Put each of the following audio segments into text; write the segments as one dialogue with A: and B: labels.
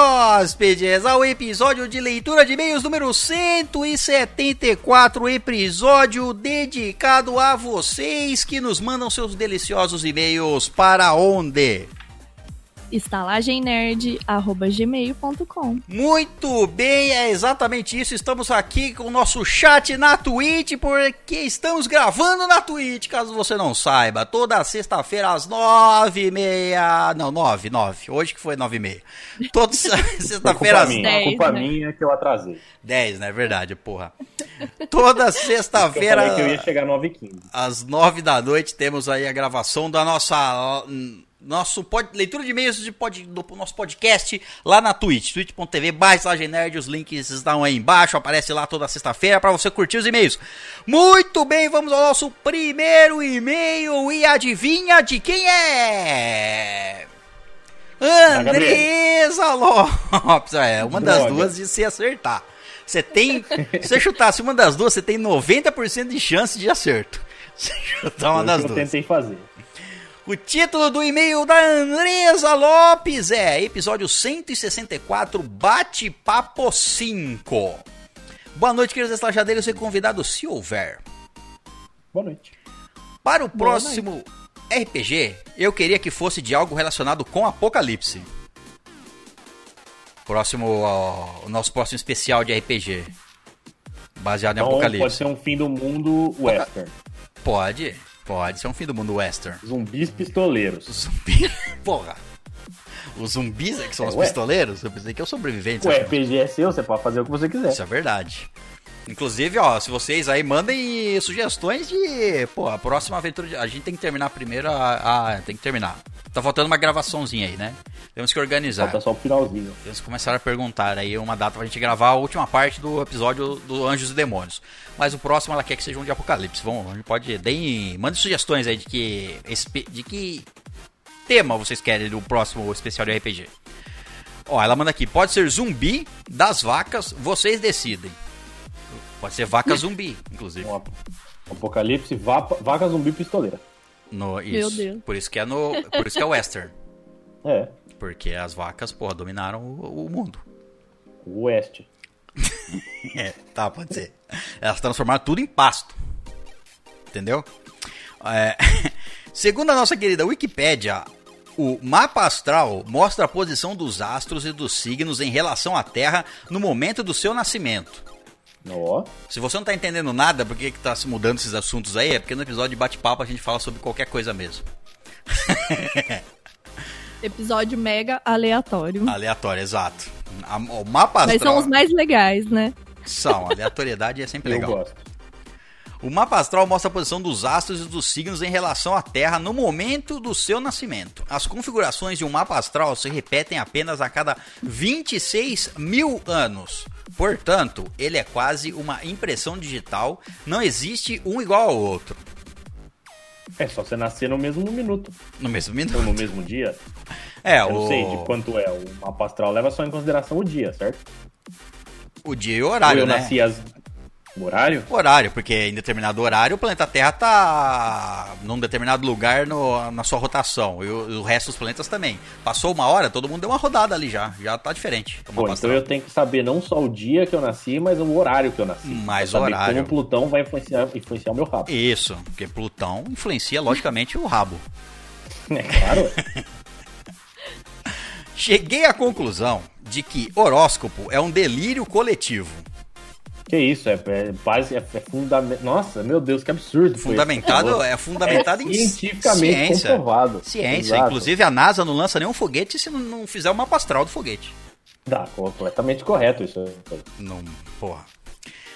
A: hóspedes, ao episódio de leitura de e-mails número 174, episódio dedicado a vocês que nos mandam seus deliciosos e-mails para onde?
B: estalagemnerd.gmail.com
A: Muito bem, é exatamente isso. Estamos aqui com o nosso chat na Twitch, porque estamos gravando na Twitch, caso você não saiba. Toda sexta-feira às nove e meia. Não, nove, nove. Hoje que foi nove e meia. Toda
C: Foi
A: sexta-feira
C: É culpa
A: às
C: minha, a
B: dez,
C: culpa
B: né?
C: minha é que eu atrasei.
A: 10, né? Verdade, porra. Toda
C: Porque Eu falei que eu
A: sexta-feira
C: ia chegar 9h15.
A: às 9 da noite temos aí a gravação da nossa hum, nosso pod- leitura de e-mails de pod- do nosso podcast lá na Twitch, twitch.tv Nerd, os links estão aí embaixo, aparece lá toda sexta-feira para você curtir os e-mails. Muito bem, vamos ao nosso primeiro e-mail e adivinha de quem é? Andresa Lopes, é, uma das
C: Droga.
A: duas de se acertar. Você tem. Se você chutasse uma das duas, você tem 90% de chance de acerto. Se chutar É uma
C: Foi o
A: das
C: que eu
A: duas.
C: tentei fazer.
A: O título do e-mail da Andresa Lopes é Episódio 164 Bate-Papo 5. Boa noite, queridos estalajadeiros e convidados, se houver.
C: Boa noite.
A: É um Para o próximo RPG, eu queria que fosse de algo relacionado com Apocalipse. Próximo ao, o nosso próximo especial de RPG. Baseado em
C: Então, pode
A: Apocalipse.
C: ser um fim do mundo western.
A: Pode, pode ser um fim do mundo western.
C: Zumbis pistoleiros.
A: Zumbi. Porra! Os zumbis é que são
C: É,
A: os
C: ué.
A: pistoleiros? Eu pensei que é eu sobrevivente.
C: O RPG é seu, você pode fazer o que você quiser.
A: Isso é verdade. Inclusive, ó, se vocês aí mandem sugestões de. Pô, a próxima aventura. De... A gente tem que terminar primeiro. A... a- tem que terminar. Tá faltando uma gravaçãozinha aí, né? Temos que organizar.
C: Falta só o finalzinho.
A: Eles começaram a perguntar aí uma data pra gente gravar a última parte do episódio do Anjos e Demônios. Mas o próximo ela quer que seja um de Apocalipse. Vamos, a gente pode. Deem, mandem sugestões aí de que, espe- de que tema vocês querem do próximo especial de RPG. Ó, ela manda aqui: pode ser zumbi das vacas, vocês decidem. Pode ser vaca zumbi, inclusive.
C: Um ap- apocalipse, vapa- vaca zumbi pistoleira.
A: No, isso.
B: Meu Deus.
A: Por isso que é no. Por isso que é western.
C: É,
A: Porque as vacas, porra, dominaram o- o mundo.
C: o oeste.
A: É, tá, pode ser. Elas transformaram tudo em pasto. Entendeu? É, Segundo a nossa querida Wikipédia, o mapa astral mostra a posição dos astros e dos signos em relação à Terra no momento do seu nascimento.
C: Ó,
A: Se você não tá entendendo nada, por que que tá se mudando esses assuntos aí? É porque no episódio de bate-papo a gente fala sobre qualquer coisa mesmo.
B: Episódio mega aleatório.
C: Ah,
A: Aleatório, exato. A- o mapa
B: Mas são
A: astral.
B: os mais legais, né?
A: São, aleatoriedade é sempre
C: eu
A: legal.
C: gosto.
A: O mapa astral mostra a posição dos astros e dos signos em relação à Terra no momento do seu nascimento. As configurações de um mapa astral se repetem apenas a cada 26 mil anos. Portanto, ele é quase uma impressão digital, não existe um igual ao outro.
C: É só você nascer no mesmo minuto,
A: No mesmo
C: ou
A: minuto.
C: no mesmo dia.
A: É,
C: Eu não
A: o,
C: sei de quanto é. O mapa astral leva só em consideração o dia, certo?
A: o dia e o
C: ou
A: horário,
C: eu
A: né?
C: nasci às. O horário?
A: O horário, porque em determinado horário o planeta Terra tá num determinado lugar no- na sua rotação. E o, e o resto dos planetas também. Passou uma hora, todo mundo deu uma rodada ali já. Já tá diferente. Uma
C: Pô, então
A: pastral.
C: eu tenho que saber não só o dia que eu nasci, mas o horário que eu nasci.
A: Mais
C: Pra saber
A: horário.
C: Como Plutão vai influenciar, influenciar o meu rabo.
A: Isso, porque Plutão influencia logicamente o rabo.
C: É claro.
A: Cheguei à conclusão de que horóscopo é um delírio coletivo,
C: que isso, é, é base, é, fundamental. Nossa, meu Deus, que absurdo. foi
A: fundamentado
C: isso.
A: é fundamentado em
C: cientificamente
A: ciência.
C: comprovado.
A: Ciência,
C: Exato.
A: inclusive a NASA não lança nenhum foguete se não- não fizer uma pastral do foguete.
C: Tá, completamente correto isso.
A: Não, porra.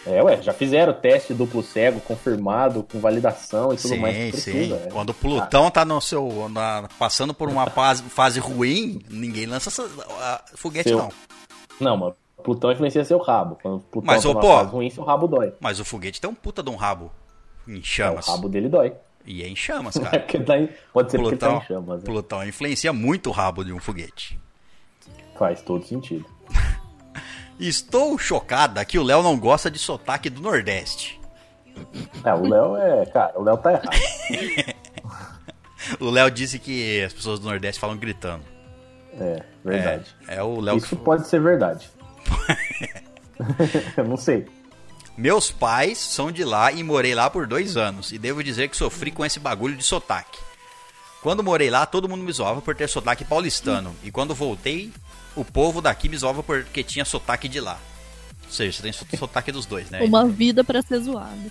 C: É, ué, já fizeram teste duplo cego, confirmado, com validação e tudo mais que precisa. é.
A: Quando o Plutão tá no seu, na- passando por uma fase, fase ruim, ninguém lança essa- a- foguete,
C: Seu-
A: não.
C: Não, mano, Plutão influencia seu rabo. Quando Plutão
A: Mas,
C: tá
A: ô,
C: numa
A: pô.
C: fase ruim, seu rabo dói.
A: Mas o foguete tem um puta de um rabo em
C: É, O
A: chamas.
C: rabo dele dói.
A: E é em chamas,
C: É
A: cara.
C: porque tá em- Pode ser porque tá
A: Plutão,
C: em chamas. né?
A: Plutão influencia muito o rabo de um foguete.
C: Faz todo sentido.
A: Estou chocada que o Léo não gosta de sotaque do Nordeste.
C: É, o Léo é. Cara, o Léo tá errado.
A: O Léo disse que as pessoas do Nordeste falam gritando.
C: É, verdade.
A: É o Léo que
C: Isso
A: falou.
C: pode ser verdade. Eu não sei.
A: Meus pais são de lá e morei lá por dois anos. E devo dizer que sofri com esse bagulho de sotaque. Quando morei lá, todo mundo me zoava por ter sotaque paulistano. E quando voltei, o povo daqui me zoava porque tinha sotaque de lá. Ou seja, você tem so- sotaque dos dois,
C: É.
A: né?
B: Uma vida pra ser zoado.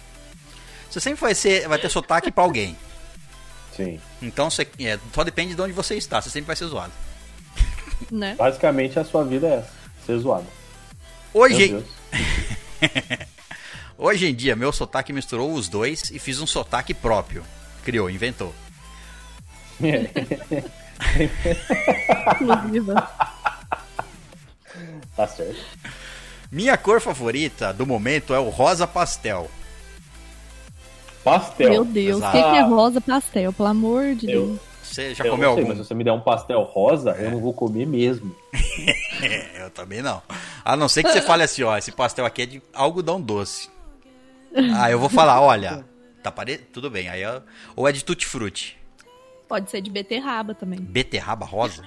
A: Você sempre vai, ser, vai ter sotaque pra alguém.
C: Sim.
A: Então você, é, só depende de onde você está. Você sempre vai ser zoado.
B: Né?
C: Basicamente a sua vida é essa. Ser zoado. Meu
A: Hoje,
C: Deus.
A: Hoje em dia, meu sotaque misturou os dois e fiz um sotaque próprio. Criou, inventou.
B: Exclusiva.
C: Tá certo.
A: Minha cor favorita do momento é o rosa pastel.
C: Pastel.
B: Meu Deus, o
A: Exato.
B: que, que é rosa pastel? Pelo amor de
C: Eu-
B: Deus.
A: Você já
C: eu
A: comeu
C: não sei,
A: algum?
C: mas se você me der um pastel rosa, eu não vou comer mesmo.
A: É, eu também não. A não ser que você fale assim, ó, esse pastel aqui é de algodão doce. Ah, eu vou falar, olha, tá pare... tudo bem. Aí eu- Ou é de tutti-frutti.
B: Pode ser de beterraba também.
A: Beterraba rosa?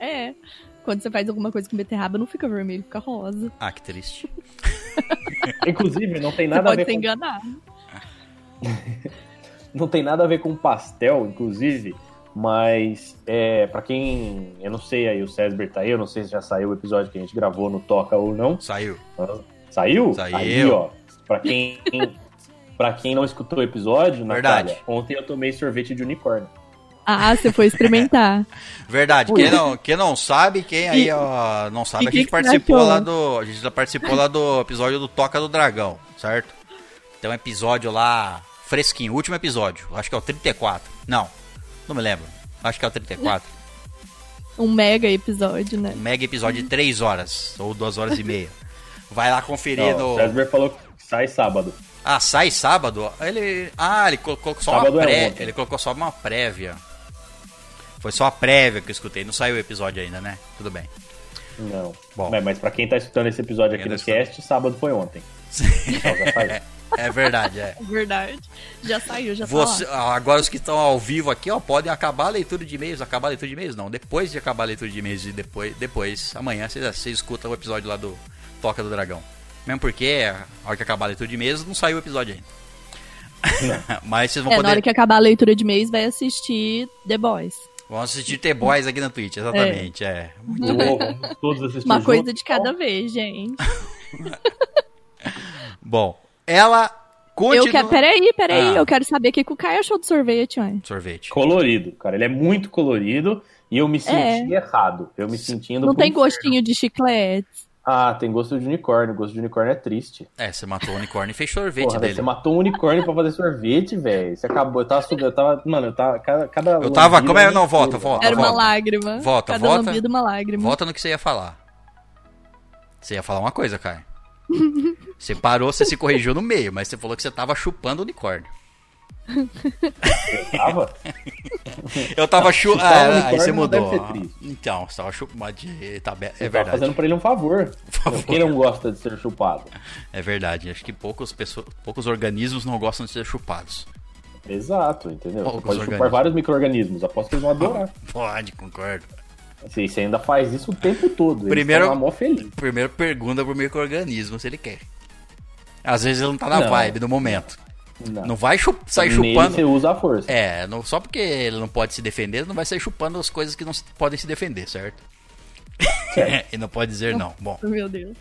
B: É. Quando você faz alguma coisa com beterraba, não fica vermelho, fica rosa.
A: Ah, que triste.
C: Inclusive, não tem
B: Você
C: nada a
B: pode
C: ver
B: se
C: com
B: enganar.
C: não tem nada a ver com pastel, inclusive, mas é, para quem, eu não sei aí, o César tá aí, eu não sei se já saiu o episódio que a gente gravou no Toca ou não.
A: Saiu.
C: Saiu?
A: Saiu.
C: Aí, ó, pra quem, pra quem não escutou o episódio,
A: Verdade.
C: Natália, ontem eu tomei sorvete de unicórnio.
B: Ah, você foi experimentar.
A: Verdade, quem não, quem não sabe, quem aí
B: E-
A: ó, não sabe,
B: e
A: a
B: que
A: gente
B: que você
A: participou
B: achou?
A: lá do. A gente já participou lá do episódio do Toca do Dragão, certo? Tem um episódio lá fresquinho, último episódio, acho que é o 34. Não, não me lembro. Acho que é o 34.
B: Um mega episódio, né?
A: Um mega episódio de 3 horas, ou 2 horas e meia. Vai lá conferir
C: Ó, O
A: no.
C: César falou que sai sábado.
A: Ah, sai sábado? Ele. Ah, ele colocou só
C: Sábado
A: uma
C: é
A: pré...
C: ontem.
A: Ele colocou só uma prévia. Foi só a prévia que eu escutei, não saiu o episódio ainda, né? Tudo bem.
C: Não.
A: Bom.
C: Mas, mas pra quem tá escutando esse episódio
A: Quem
C: aqui
A: tá
C: no
A: escutando.
C: cast, sábado foi ontem. Então, já saiu.
A: É verdade, é.
B: É Verdade. Já saiu, já tá
A: Você- ah,
B: Você...
A: agora os que estão ao vivo aqui, ó, podem acabar a leitura de e-mails. Acabar a leitura de e-mails, não. Depois de acabar a leitura de e-mails e depois, depois amanhã, vocês vocês escutam o episódio lá do Toca do Dragão. Mesmo porque, a hora que acabar a leitura de e-mails, não saiu o episódio ainda. Mas vocês vão
B: É, na
A: poder.
B: hora que acabar a leitura de mês, vai assistir The Boys.
A: Vão assistir The Boys aqui na Twitch, exatamente. É. Muito bom.
C: Vou- vamos todos assistir
B: Uma
C: juntos,
B: coisa de
C: então.
B: cada vez, gente.
A: Bom, ela continua.
B: Eu quero. Peraí, peraí.
A: Ah.
B: Eu quero saber o que, que o Caio achou do sorvete, ué.
A: Sorvete.
C: colorido, cara. Ele é muito colorido e eu me senti errado. Eu me
B: É.
C: sentindo.
B: Não
C: pro
B: tem
C: inferno.
B: gostinho de chiclete.
C: Ah, tem gosto de unicórnio. Gosto de unicórnio é triste.
A: É, você matou o unicórnio e fez sorvete
C: Porra, velho,
A: dele.
C: você matou um unicórnio pra fazer sorvete, velho. Você acabou. Eu tava sugando. Eu tava. Mano, eu tava. Cada. cada
A: Eu tava-
C: lambida
A: como é?
C: era um
A: Não, volta,
C: estudo.
A: volta,
B: Era uma
A: volta.
B: lágrima.
A: Volta,
B: Cada
A: volta.
B: lambida, uma lágrima.
A: Volta no que você ia falar. Você ia falar uma coisa, Caio. Você parou, você se corrigiu no meio, mas você falou que você tava chupando o unicórnio.
C: Tava?
A: É Eu tava chupando.
C: Chupar o
A: aí você
C: unicórnio não
A: mudou.
C: deve ser triste.
A: Então, você tava chupando. de- tá be- É
C: Eu tava
A: verdade.
C: fazendo pra ele um favor.
A: favor.
C: Quem não gosta de ser chupado?
A: É verdade. Acho que poucos, pessoas, poucos organismos não gostam de ser chupados.
C: Exato, entendeu?
A: Poucos
C: Você pode chupar
A: organismos.
C: vários micro-organismos. Aposto que eles vão adorar.
A: Pode, concordo.
C: Assim, você ainda faz isso o tempo todo. Eles
A: Primeiro-
C: tão lá mó feliz.
A: Primeiro pergunta pro micro-organismo se ele quer. Às vezes ele não tá na
C: Não.
A: vibe do momento.
C: Não.
A: Não vai chu- sair
C: Nele
A: tá chupando.
C: Você usa a força.
A: É, não, só porque ele não pode se defender, ele não vai sair chupando as coisas que não se- podem se defender, certo? e não pode dizer não. Bom,
B: Meu Deus.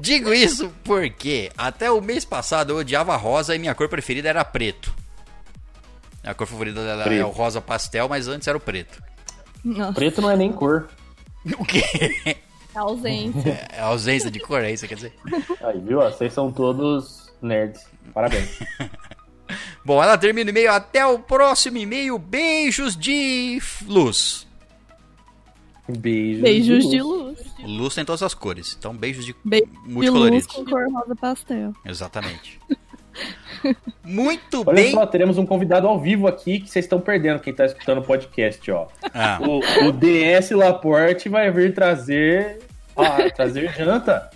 A: digo isso porque até o mês passado eu odiava rosa e minha cor preferida era preto. A cor favorita dela é
C: Preto.
A: o rosa pastel, mas antes era o preto.
B: Nossa, tá
C: Preto não é nem cor.
A: O quê?
B: a ausência.
A: É a ausência de cor, é isso que quer dizer?
C: Aí, viu? ó, Vocês são todos nerds. Parabéns.
A: Bom, ela termina o e-mail. Até o próximo e-mail. Beijos de luz.
C: Beijos,
B: Beijos de luz.
A: Luz tem todas as cores, então beijos de
B: Beijos de luz
A: multicoloridos.
B: com cor rosa pastel.
A: Exatamente. Muito
C: Olha
A: bem.
C: só, teremos um convidado ao vivo aqui que vocês estão perdendo, quem tá escutando o podcast, ó.
A: Ah,
C: O, o DS Laporte vai vir trazer. Ah, trazer janta.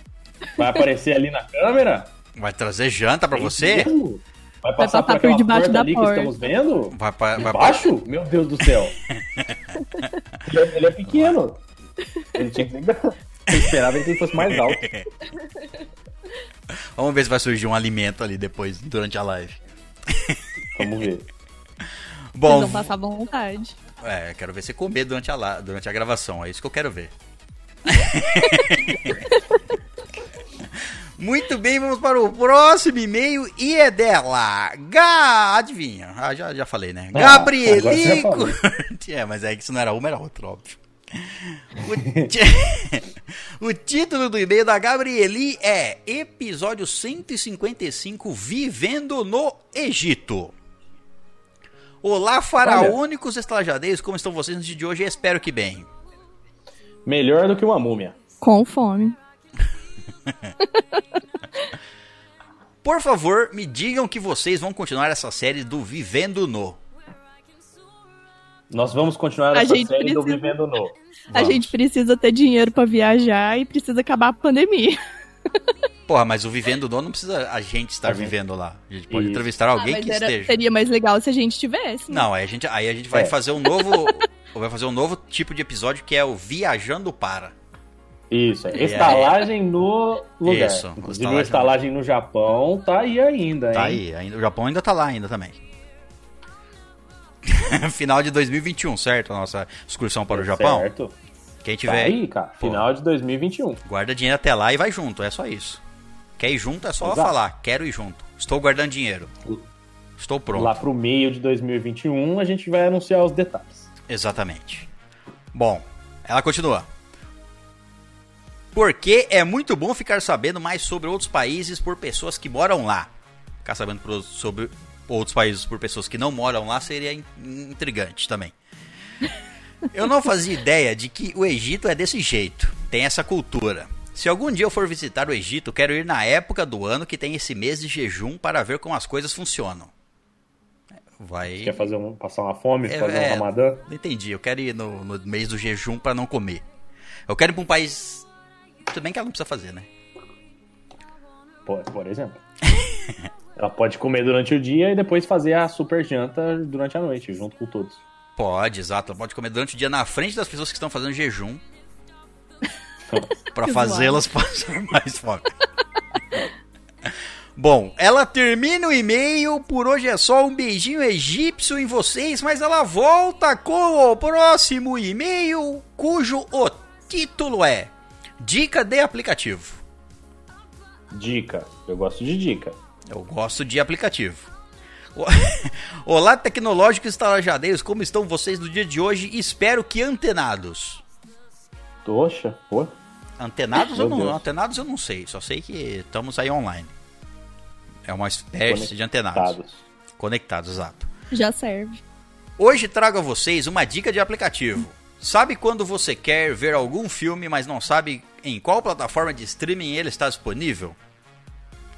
C: Vai aparecer ali na câmera?
A: vai trazer janta pra
C: É
A: você?
C: isso mesmo? Vai
B: passar
C: passar, por,
B: por
C: aquela
B: debaixo
C: porta
B: da
C: ali
B: porta.
C: que estamos vendo?
A: Vai, pra- vai, pra-
C: Debaixo? Meu Deus do céu. ele, é, ele é pequeno. Ele tinha que Eu esperava que ele fosse mais alto.
A: Vamos ver se vai surgir um alimento ali depois, durante a live.
C: Vamos ver.
B: Vocês
A: Bom,
B: vão passar à vontade.
A: é, quero ver você comer durante a, la- durante a gravação. É isso que eu quero ver. Muito bem, vamos para o próximo e-mail e é dela. Ga... Adivinha? Ah, já, já falei, né?
C: Ah,
A: Gabrieli
C: agora você
A: Curti. É, mas é que se não era uma, era outra, óbvio. O, ti- o título do e-mail da Gabrieli é Episódio 155 Vivendo no Egito. Olá, faraônicos estalajadeiros, como estão vocês no dia de hoje? Espero que bem.
C: Melhor do que uma múmia.
B: Com fome.
A: Por favor, me digam que vocês vão continuar essa série do Vivendo no.
C: Nós vamos continuar
B: A
C: essa série
B: gente
C: do
B: precisa.
C: Vivendo No.
B: A gente precisa ter dinheiro pra viajar e precisa acabar a pandemia.
A: Porra, mas o Vivendo no não precisa a gente estar
C: A gente-
A: vivendo lá. A gente pode
C: Tá Isso.
A: entrevistar alguém
B: Ah, mas
A: que
B: era-
A: esteja.
B: seria mais legal se a gente tivesse. né?
A: Não, aí a gente, aí a gente vai
C: É.
A: fazer um novo. vai fazer um novo tipo de episódio que é o Viajando para.
C: Isso, é.
A: É.
C: Estalagem no lugar.
A: Isso,
C: Inclusive, o
A: estalagem.
C: estalagem no Japão tá aí ainda, hein?
A: Tá aí, ainda, o Japão ainda tá lá ainda também. Final de 2021, certo? A nossa excursão para o Japão.
C: Certo.
A: Quem
C: Tá
A: tiver,
C: aí, cara.
A: Pô.
C: Final de 2021.
A: guarda dinheiro até lá e vai junto, é só isso. Quer ir junto é só
C: Exato.
A: falar, quero ir junto. Estou guardando dinheiro. Estou pronto.
C: Lá pro meio de 2021, a gente vai anunciar os detalhes.
A: Exatamente. Bom, ela continua. Porque é muito bom ficar sabendo mais sobre outros países por pessoas que moram lá. Ficar sabendo pro- sobre outros países por pessoas que não moram lá seria in- intrigante também. Eu não fazia ideia de que o Egito é desse jeito, tem essa cultura. Se algum dia eu for visitar o Egito, quero ir na época do ano que tem esse mês de jejum para ver como as coisas funcionam. Vai.
C: Quer fazer um, passar uma fome,
A: É,
C: fazer um
A: é.
C: ramadã?
A: Não entendi. Eu quero ir no, no mês do jejum pra não comer. Eu quero ir pra um país. Tudo bem que ela não precisa fazer, né?
C: Por, por exemplo. Ela pode comer durante o dia e depois fazer a super janta durante a noite, junto com todos.
A: Pode, exato. Ela pode comer durante o dia na frente das pessoas que estão fazendo jejum.
C: Então,
A: Pra fazê-las passar mais fome. Bom, ela termina o e-mail. Por hoje é só um beijinho egípcio em vocês, mas ela volta com o próximo e-mail, cujo o título é Dica de aplicativo.
C: Dica. Eu gosto de dica.
A: Eu gosto de aplicativo. O- Olá, tecnológicos estalajadeiros, como estão vocês no dia de hoje? Espero que antenados.
C: Oxa, pô.
A: Antenados,
C: Meu
A: eu não,
C: Deus.
A: antenados eu não sei, só sei que estamos aí online. É uma espécie de antenados.
C: Dados.
A: Conectados, exato.
B: Já serve.
A: Hoje trago a vocês uma dica de aplicativo. Sabe quando você quer ver algum filme, mas não sabe em qual plataforma de streaming ele está disponível?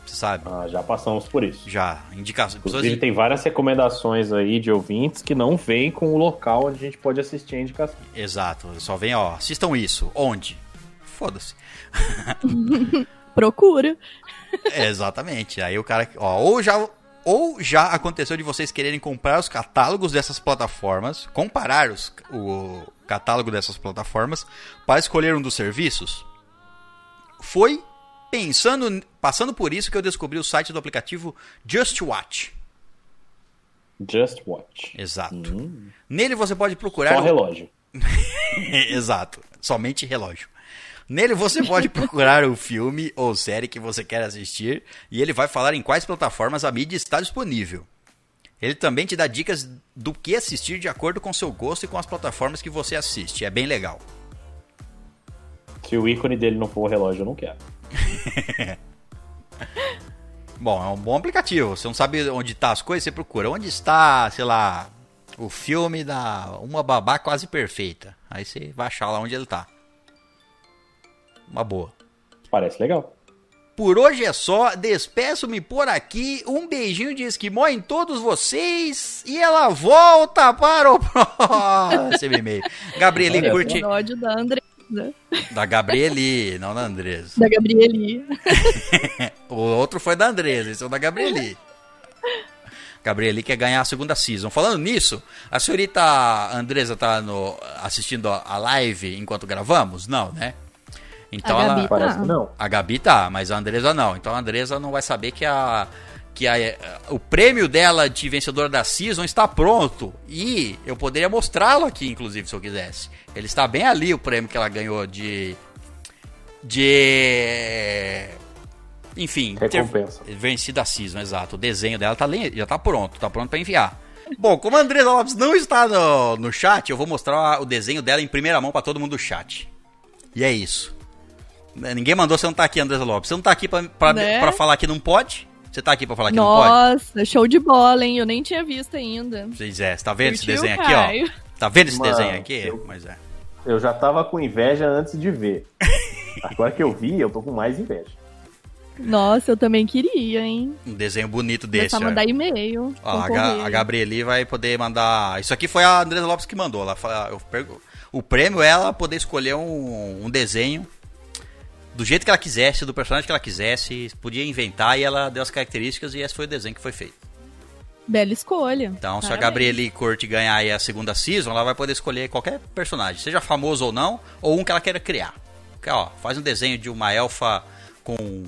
A: Você sabe?
C: Ah, já passamos por isso.
A: Já, indicações. pessoas
C: Inclusive, tem várias recomendações aí de ouvintes que não vêm com o local onde a gente pode assistir a indicação.
A: Exato, só vem, ó, assistam isso. Onde? Foda-se.
B: Procura.
A: É, exatamente. Aí o cara, ó, ou já ou já aconteceu de vocês quererem comprar os catálogos dessas plataformas, comparar os, o catálogo dessas plataformas para escolher um dos serviços? Foi pensando, passando por isso que eu descobri o site do aplicativo Just Watch.
C: Just Watch.
A: Exato.
C: Hum.
A: Nele você pode procurar
C: Só relógio.
A: É, Exato. Somente relógio. Nele você pode procurar o filme ou série que você quer assistir e ele vai falar em quais plataformas a mídia está disponível. Ele também te dá dicas do que assistir de acordo com seu gosto e com as plataformas que você assiste. É bem legal.
C: Se o ícone dele não for o relógio, eu não quero.
A: Bom, é um bom aplicativo. Você não sabe onde está as coisas, você procura. Onde está, sei lá, o filme da Uma Babá Quase Perfeita. Aí você vai achar lá onde ele tá. Uma boa.
C: Parece legal.
A: Por hoje é só, despeço-me por aqui. Um beijinho de esquimó em todos vocês e ela volta para o próximo e-mail. Gabrieli
C: Olha,
A: curte.
B: O ódio da Andresa.
A: Da Gabrieli, não da Andresa.
B: Da Gabrieli.
A: O outro foi da Andresa, esse é o da Gabrieli. Gabrieli quer ganhar a segunda season. Falando nisso, a senhorita Andresa tá no, assistindo a live enquanto gravamos? Não, né? Então
B: A
A: ela-
B: Gabi tá.
C: Parece que não.
A: a Gabi tá, mas a Andresa não. Então a Andresa não vai saber que a que a, o prêmio dela de vencedora da season está pronto e eu poderia mostrá-lo aqui inclusive se eu quisesse. Ele está bem ali o prêmio que ela ganhou de de enfim, ter
C: Recompensa.
A: vencido a season, exato. O desenho dela tá ali, já tá pronto, tá pronto para enviar. Bom, como a Andresa Lopes não está no, no chat, eu vou mostrar o desenho dela em primeira mão para todo mundo do chat. E é isso. Né, Ninguém mandou você não tá aqui, Andresa Lopes. Você não tá aqui pra, pra,
B: Né?
A: pra falar que não pode? Você tá aqui pra falar que não pode?
B: Nossa, show de bola, hein? Eu nem tinha visto ainda.
A: Pois é, você tá vendo
B: Curtiu,
A: esse desenho
B: Caio?
A: aqui, ó? Tá vendo esse
C: Mano,
A: desenho aqui?
C: eu-
A: Mas é.
C: Eu já tava com inveja antes de ver. Agora que eu vi, eu tô com mais inveja.
B: Nossa, eu também queria, hein?
A: Um desenho bonito desse,
B: Começar a
A: ó.
B: mandar né? e-mail.
A: Ó, a, Ga-
B: concorrer.
A: a Gabrieli vai poder mandar. Isso aqui foi a Andresa Lopes que mandou. Ela fala- eu pergu- O prêmio é ela poder escolher um, um desenho do jeito que ela quisesse, do personagem que ela quisesse. Podia inventar e ela deu as características e esse foi o desenho que foi feito.
B: Bela escolha.
A: Então, se a
B: Parabéns.
A: Gabriele Corte ganhar aí a segunda season, ela vai poder escolher qualquer personagem, seja famoso ou não, ou um que ela queira criar. Porque, ó, faz um desenho de uma elfa com,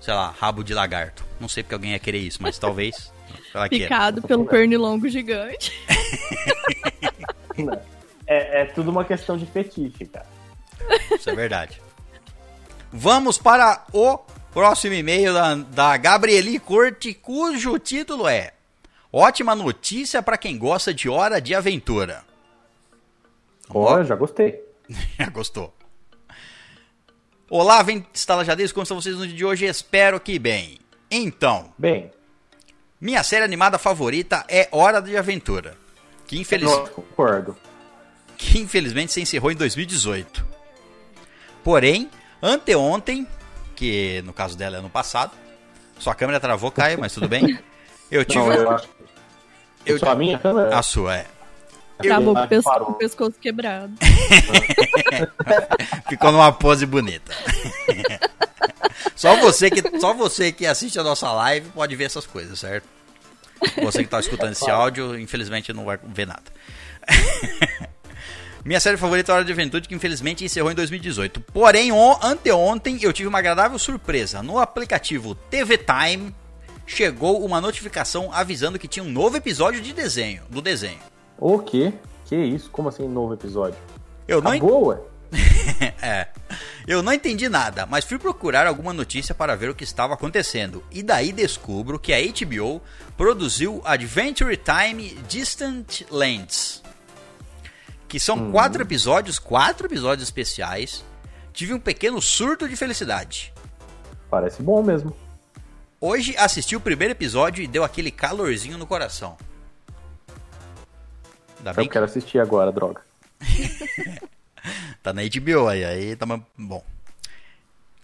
A: sei lá, rabo de lagarto. Não sei porque alguém ia querer isso, mas talvez ela queira.
B: Picado pelo pernilongo gigante.
C: É, é tudo uma questão de fetiche, cara.
A: Isso é verdade. Vamos para o próximo e-mail da, da Gabrieli Corte, cujo título é Ótima notícia para quem gosta de Hora de Aventura.
C: Ó, já gostei.
A: Já Ah, Gostou. Olá, vem estalajadeiros, como estão vocês no dia de hoje? Espero que bem. Então,
C: Bem,
A: minha série animada favorita é Hora de Aventura, que, infeliz...
C: eu concordo.
A: que infelizmente se encerrou em 2018. Porém, anteontem, que no caso dela é ano passado, sua câmera travou, Caio, mas tudo bem. Eu tive.
C: Não, eu acho que
A: eu
C: só a minha câmera.
A: A sua, é.
B: Acabou
C: Ah,
B: com o pesco-
C: parou.
B: o pescoço quebrado.
A: Ficou numa pose bonita. só, você que, só você que assiste a nossa live pode ver essas coisas, certo? Você que tá escutando esse áudio, infelizmente não vai ver nada. Minha série favorita é Hora de Aventura, que infelizmente encerrou em 2018. Porém, on, anteontem eu tive uma agradável surpresa. No aplicativo TV Time chegou uma notificação avisando que tinha um novo episódio de desenho, do desenho.
C: O quê? Que isso? Como assim, novo episódio?
A: Eu não, en-
C: Acabou, ué?
A: É. Eu não entendi nada, mas fui procurar alguma notícia para ver o que estava acontecendo. E daí descubro que a HBO produziu Adventure Time Distant Lands. Que são quatro episódios, quatro episódios especiais. Tive um pequeno surto de felicidade.
C: Parece bom mesmo.
A: Tá Hoje assisti o primeiro episódio e deu aquele calorzinho no coração. Ainda
C: Eu quero assistir agora, droga.
A: Tá na HBO aí, aí tá ma- bom.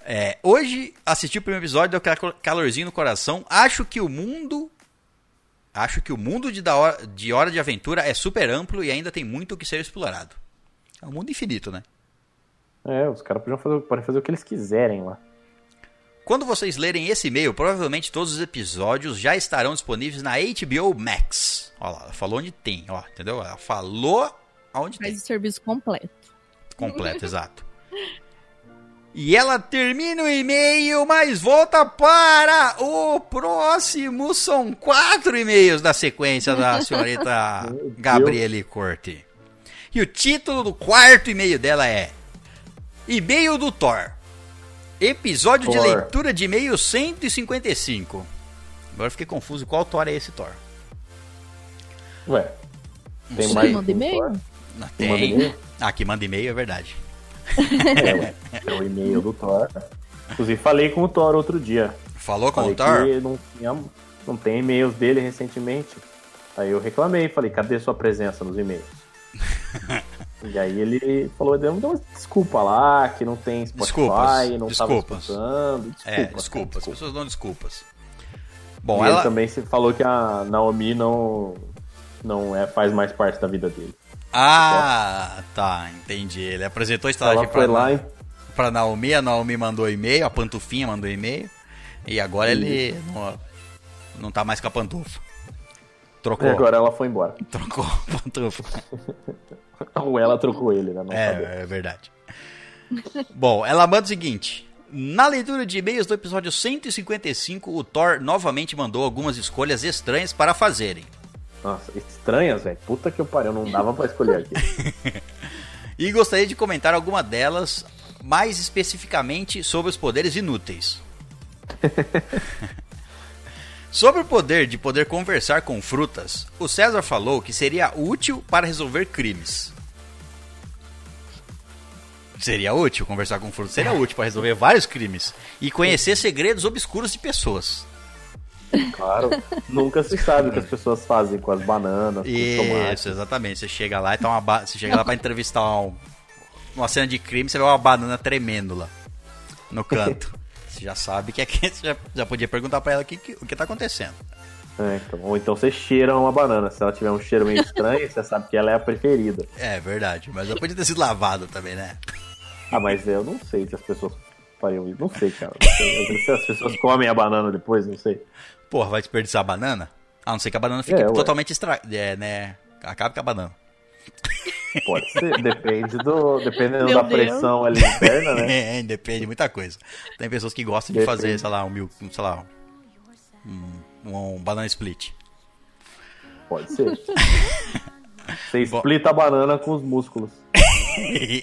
A: É, hoje assisti o primeiro episódio, deu aquela calo- calorzinho no coração. Acho que o mundo. Acho que o mundo de, da hora, de Hora de Aventura é super amplo e ainda tem muito o que ser explorado. É um mundo infinito, né?
C: É, os caras podiam fazer, podem fazer o que eles quiserem lá.
A: Quando vocês lerem esse e-mail, provavelmente todos os episódios já estarão disponíveis na HBO Max. Olha lá, ela falou onde tem, ó, entendeu? Ela falou aonde tem.
B: Faz o serviço completo.
A: Completo, exato. E ela termina o e-mail, mas volta para o próximo. São quatro e-mails da sequência da senhorita
C: Meu Deus.
A: Gabriele Corte. E o título do quarto e-mail dela é E-mail do Thor. Episódio de
C: Thor.
A: leitura de e-mail 155. Agora eu fiquei confuso qual Thor é esse Thor.
C: Ué, tem
B: Você
C: mais.
B: manda e-mail?
A: Não
C: Quem manda
A: Tem.
C: e-mail?
A: Ah, que manda e-mail é verdade.
C: É, ué. É o e-mail do Thor. Inclusive, falei com o Thor outro dia.
A: Falou com
C: Falei
A: o Thor?
C: que não, tinha, não tem e-mails dele recentemente. Aí eu reclamei, falei, cadê sua presença nos e-mails? e aí ele falou, deu uma desculpa lá, que não tem Spotify,
A: Desculpas,
C: não
A: desculpas.
C: tava escutando. Desculpas,
A: É,
C: cara,
A: desculpa, as pessoas dão desculpas.
C: E
A: Bom,
C: ele
A: ela.
C: também se falou que a Naomi não, não é, faz mais parte da vida dele.
A: Ah, tá, entendi. Ele apresentou Tá, a estalagem
C: Ela
A: pra,
C: foi lá e
A: pra Naomi, a Naomi mandou e-mail, a pantufinha mandou e-mail, e agora ele não, não tá mais com a pantufa.
C: E
A: Trocou.
C: agora ela foi embora.
A: Trocou a pantufa.
C: Ou ela trocou ele, né? Não sabemos.
A: É, é verdade. Bom, ela manda o seguinte. Na leitura de e-mails do episódio 155, o Thor novamente mandou algumas escolhas estranhas para fazerem.
C: Nossa, estranhas, velho. Puta que eu pariu, não dava pra escolher aqui.
A: E gostaria de comentar alguma delas, mais especificamente sobre os poderes inúteis. sobre o poder de poder conversar com frutas, o César falou que seria útil para resolver crimes. Seria útil conversar com frutas, seria útil para resolver vários crimes e conhecer segredos obscuros de pessoas.
C: Claro. Nunca se sabe o que as pessoas fazem com as bananas, com os tomates.
A: Isso, exatamente. Você chega lá e tá uma ba... você chega lá para entrevistar um- uma cena de crime, você vê uma banana tremendo lá no canto. Você já sabe que é que você já, já podia perguntar para ela o que, que- o que tá acontecendo.
C: É, então. Ou então você cheira uma banana. Se ela tiver um cheiro meio estranho, você sabe que ela é a preferida.
A: É verdade, mas ela podia ter sido lavada também, né?
C: Ah, mas eu não sei se as pessoas fariam isso. Não sei, cara. Não sei. Se as pessoas comem a banana depois, não sei.
A: Porra, vai desperdiçar a banana? A não ser que a banana fique
C: É, ué.
A: totalmente extra... é, né? Acabe com a banana.
C: Pode ser. Depende do. Dependendo
B: Meu
C: da
B: Deus.
C: pressão ali interna, né?
A: É, depende de muita coisa. Tem pessoas que gostam de
C: Depende.
A: fazer, sei lá, um mil, um, sei lá, um- um- um banana split.
C: Pode ser. Você
A: Bom.
C: explita a banana com os músculos.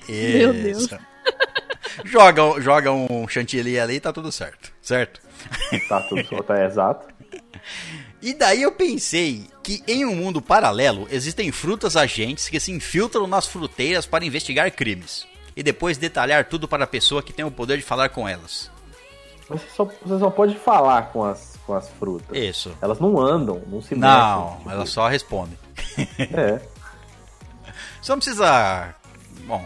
A: Meu
B: Deus.
A: Joga, um- joga um chantilly ali e tá tudo certo, certo?
C: Tá tudo só, tá exato.
A: E daí eu pensei que em um mundo paralelo existem frutas agentes que se infiltram nas fruteiras para investigar crimes e depois detalhar tudo para a pessoa que tem o poder de falar com elas.
C: Mas você só, você só pode falar com as, com as frutas.
A: Isso.
C: Elas não andam, não se
A: Não,
C: mexem. tipo,
A: ela só responde.
C: É.
A: Você não precisa. Bom.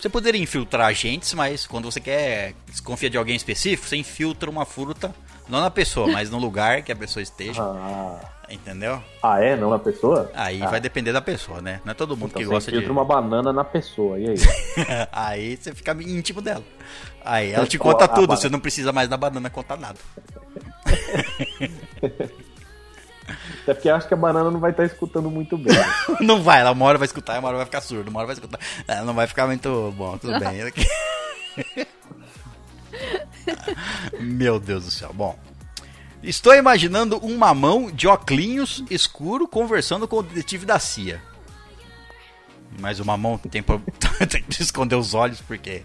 A: Você poderia infiltrar agentes, mas quando você quer desconfiar de alguém específico, você infiltra uma fruta, não na pessoa, mas no lugar que a pessoa esteja.
C: Ah,
A: Entendeu?
C: ah, é? Não na pessoa?
A: Aí
C: Ah,
A: vai depender da pessoa, né? Não é todo mundo
C: então
A: que
C: você
A: gosta de.
C: filtra uma banana na pessoa, e aí?
A: aí você fica íntimo dela. Aí ela te
C: Ou
A: conta
C: Então, tipo, a- a
A: tudo,
C: banana.
A: você não precisa mais da banana contar nada.
C: Até porque eu acho que a banana não vai estar escutando muito bem.
A: não vai, ela uma hora vai escutar, uma hora vai ficar surda, uma hora vai escutar. Ela não vai ficar muito bom, tudo bem. é Meu Deus do céu. Bom. Estou imaginando um mamão de oclinhos escuro conversando com o detetive da CIA. Mas o mamão tem, pro- tem que esconder os olhos, porque.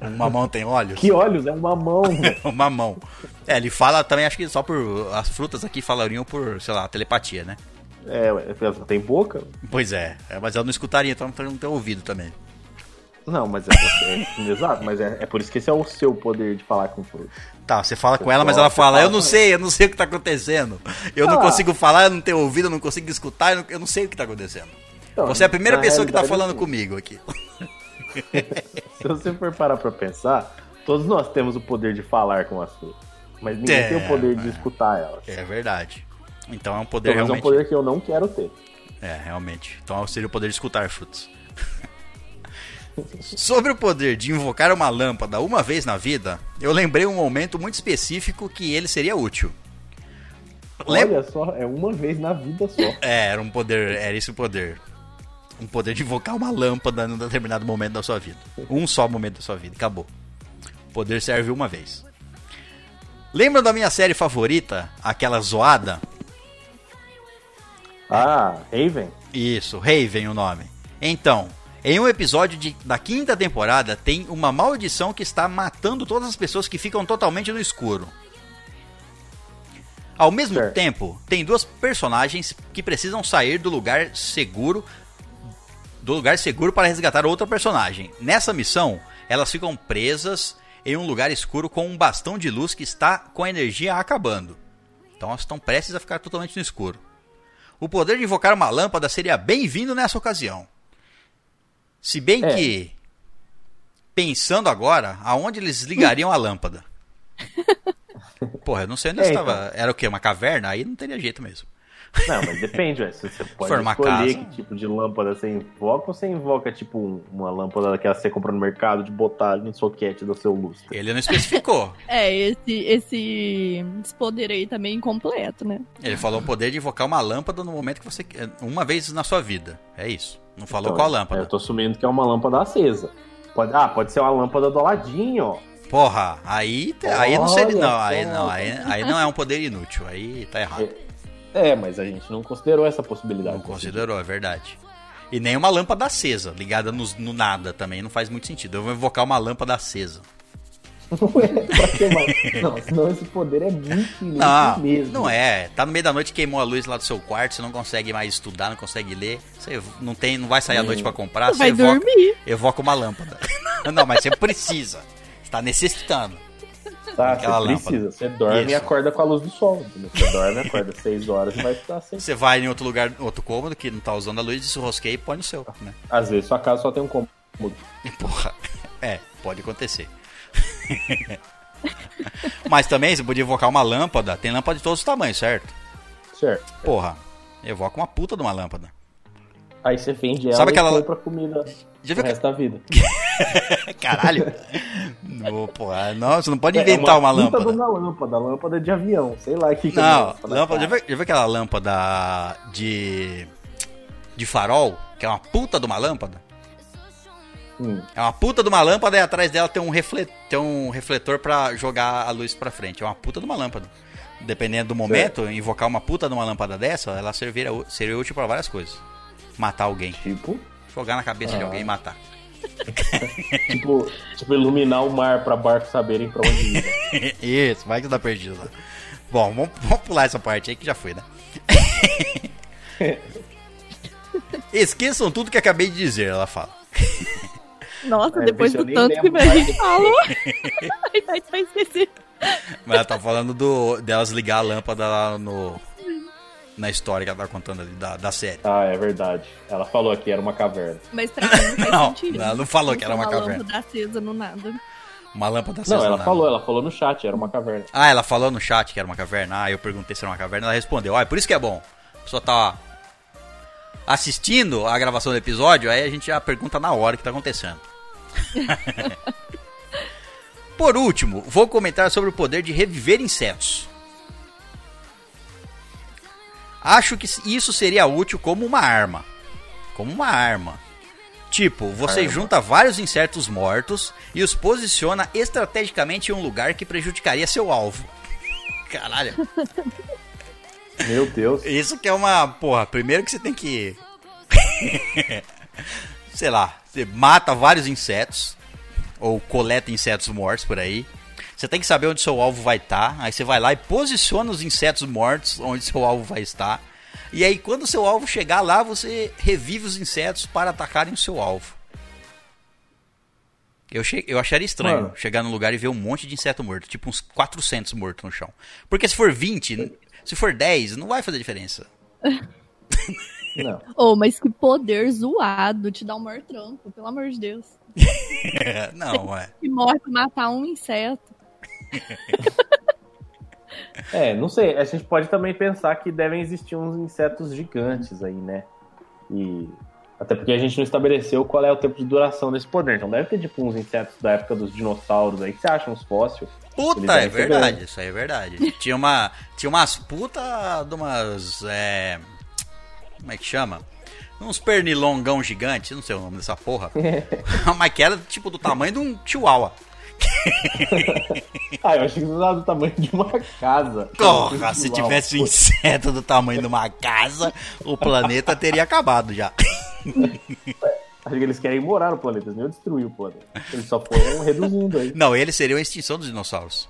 A: O mamão tem olhos?
C: que olhos, é um mamão. velho.
A: O mamão. É, ele fala também, acho que só por. As frutas aqui falariam por, sei lá, telepatia, né?
C: é, ué, ela tem boca?
A: Pois é, é, mas ela não escutaria, então não tem ouvido também.
C: Não, mas é você. é, exato, mas é, é por isso que esse é o seu poder de falar com frutas.
A: Tá, você fala com ela, mas
C: falo,
A: ela
C: eu
A: fala,
C: falo
A: eu não
C: com
A: sei, eu não sei o que tá acontecendo. Eu não
C: Ah.
A: consigo falar, eu não tenho ouvido, eu não consigo escutar, eu não, eu não sei o que tá acontecendo.
C: Então,
A: Você é a primeira
C: na
A: pessoa que tá
C: realidade,
A: falando
C: assim,
A: comigo aqui.
C: Se você for parar pra pensar, todos nós temos o poder de falar com as frutas. Mas ninguém
A: É,
C: tem o poder de
A: é.
C: escutar elas.
A: É verdade. Então é um poder
C: Pelo menos é um
A: realmente.
C: poder que eu não quero ter.
A: É, realmente. Então seria o poder de escutar frutos. Sobre o poder de invocar uma lâmpada uma vez na vida, eu lembrei um momento muito específico que ele seria útil. Lembra?
C: Olha só, é uma vez na vida só.
A: É, era um poder, era esse o poder. Um poder de invocar uma lâmpada num determinado momento da sua vida. Um só momento da sua vida, acabou. O poder serve uma vez. Lembra da minha série favorita, aquela zoada?
C: Ah, Raven?
A: Isso, Raven o nome. Então, em um episódio de- da quinta temporada, tem uma maldição que está matando todas as pessoas que ficam totalmente no escuro. Ao mesmo
C: Certo.
A: tempo, tem duas personagens que precisam sair do lugar seguro do lugar seguro para resgatar outra personagem. Nessa missão, elas ficam presas em um lugar escuro com um bastão de luz que está com a energia acabando. Então elas estão prestes a ficar totalmente no escuro. O poder de invocar uma lâmpada seria bem-vindo nessa ocasião. Se bem
C: É.
A: que, pensando agora, aonde eles ligariam a lâmpada? Porra, eu não sei onde
C: É, então.
A: estava. Era o quê? Uma caverna? Aí não teria jeito mesmo.
C: Não, mas depende, ué. Se você pode
A: Formar
C: escolher
A: casa.
C: que tipo de lâmpada você invoca ou você invoca, tipo, um- uma lâmpada daquela que você compra no mercado de botar no soquete do seu lustre.
A: Ele não especificou.
B: É, esse, esse, esse poder aí também incompleto, né?
A: Ele falou o poder de invocar uma lâmpada no momento que você. quer- Uma vez na sua vida. É isso. Não falou
C: Então,
A: qual
C: É,
A: lâmpada.
C: eu tô assumindo que é uma lâmpada acesa. Pode, ah, pode ser uma lâmpada do Aladim, ó.
A: Porra, aí, te- aí não
C: Olha
A: seria. Não,
C: só.
A: aí não, aí, aí não é um poder inútil. Aí tá errado.
C: É, mas a gente não considerou essa possibilidade.
A: Não considerou, é verdade. E nem uma lâmpada acesa, ligada nos- no, nada também, não faz muito sentido. Eu vou invocar uma lâmpada acesa.
C: Ué, pra que mais? Não, senão esse poder é muito inútil
A: Não,
C: mesmo.
A: não é. Tá no meio da noite, queimou a luz lá do seu quarto, você não consegue mais estudar, não consegue ler. Você não tem, não vai sair à noite pra comprar, você
B: Vai
A: evoca,
B: dormir.
A: evoca uma lâmpada. não, mas você precisa. Você tá necessitando.
C: Tá,
A: Aquela
C: você
A: lâmpada.
C: precisa. Você dorme
A: Isso.
C: e acorda com a luz do sol. entendeu? Você dorme, acorda 6 horas e vai estar sem.
A: Você vai em outro lugar, outro cômodo que não tá usando a luz, desrosqueia e põe no seu, né?
C: Às vezes sua casa só tem um cômodo.
A: E, Porra, é, pode acontecer. Mas também você podia invocar uma lâmpada. Tem lâmpada de todos os tamanhos, certo?
C: Certo.
A: Porra, evoca uma puta de uma lâmpada.
C: Aí você vende ela
A: Sabe
C: e
A: aquela-
C: compra comida
A: Já
C: pro
A: viu
C: resto da vida.
A: que... Caralho. Não, porra, não, você não pode
C: É
A: inventar uma,
C: puta de
A: lâmpada.
C: Uma lâmpada, lâmpada de avião, sei lá o que que é
A: Não,
C: isso, né,
A: lâmpada, já,
C: cara?
A: viu, já viu aquela lâmpada de de farol? Que é uma puta de uma lâmpada?
C: Hum,
A: É uma puta de uma lâmpada e atrás dela tem um, refle- tem um refletor pra jogar a luz pra frente. É uma puta de uma lâmpada. Dependendo do momento, invocar uma puta de uma lâmpada dessa, ela serviria, seria útil pra várias coisas. Matar alguém.
C: tipo,
A: Jogar na cabeça de
C: Ah.
A: alguém e matar.
C: tipo, tipo, iluminar o mar pra barcos saberem pra onde ir. né?
A: Isso, vai que dá perdido lá. Bom, vamos, vamos pular essa parte aí que já foi, né? Esqueçam tudo que acabei de dizer, ela fala.
B: Nossa,
C: É,
B: depois
C: bicho, eu
B: do
C: nem
B: tanto que
C: lembro
B: a
C: mais
B: gente falou. Aí vai esquecer.
A: Mas ela tá falando do, delas ligar a lâmpada lá no. Na história que ela tá contando ali da, da série.
C: Ah, é verdade. Ela falou aqui, era uma caverna.
B: Mas pra mim não faz
A: Não,
B: sentido.
A: ela não falou que era uma caverna.
B: lâmpada acesa no nada.
A: Uma lâmpada
C: Não, ela
A: sazonada.
C: falou, ela falou no chat, era uma caverna.
A: Ah, ela falou no chat que era uma caverna. Ah, eu perguntei se era uma caverna. Ela respondeu. Ah, é por isso que é bom. A pessoa tá assistindo a gravação do episódio, aí a gente já pergunta na hora o que tá acontecendo. por último, vou comentar sobre o poder de reviver insetos. Acho que isso seria útil como uma arma. Como uma arma. Tipo, você
C: Arma.
A: junta vários insetos mortos e os posiciona estrategicamente em um lugar que prejudicaria seu alvo. Caralho,
C: Meu Deus.
A: isso que é uma. Porra, primeiro que você tem que. Sei lá, você mata vários insetos. Ou coleta insetos mortos por aí. Você tem que saber onde seu alvo vai estar. Aí você vai lá e posiciona os insetos mortos onde seu alvo vai estar. E aí, quando seu alvo chegar lá, você revive os insetos para atacarem o seu alvo. Eu, che- eu acharia estranho
C: Mano.
A: chegar num lugar e ver um monte de inseto morto, tipo uns 400 mortos no chão. Porque se for 20, se for 10, não vai fazer diferença.
C: Não.
B: Ô, mas que poder zoado te dá um maior trampo, pelo amor de Deus.
A: É, não, é.
B: E morre pra matar um inseto.
C: É, não sei. A gente pode também pensar que devem existir uns insetos gigantes aí, né? E. Até porque a gente não estabeleceu qual é o tempo de duração desse poder. Então deve ter, tipo, uns insetos da época dos dinossauros aí que você acha uns fósseis.
A: Puta,
C: Ele
A: é
C: deve ser
A: verdade,
C: grande.
A: isso aí é verdade. Tinha uma. Tinha umas puta de umas. É, como é que chama? Uns pernilongão gigante, não sei o nome dessa porra. Mas que era tipo do tamanho de um chihuahua.
C: Ah, eu achei que isso era do tamanho de uma casa.
A: Porra, se
C: Uau.
A: tivesse um inseto do tamanho de uma casa, o planeta teria acabado já.
C: Acho que eles querem morar no planeta, eles nem destruir o planeta. Eles só foram reduzindo aí.
A: Não, eles seriam a extinção dos dinossauros.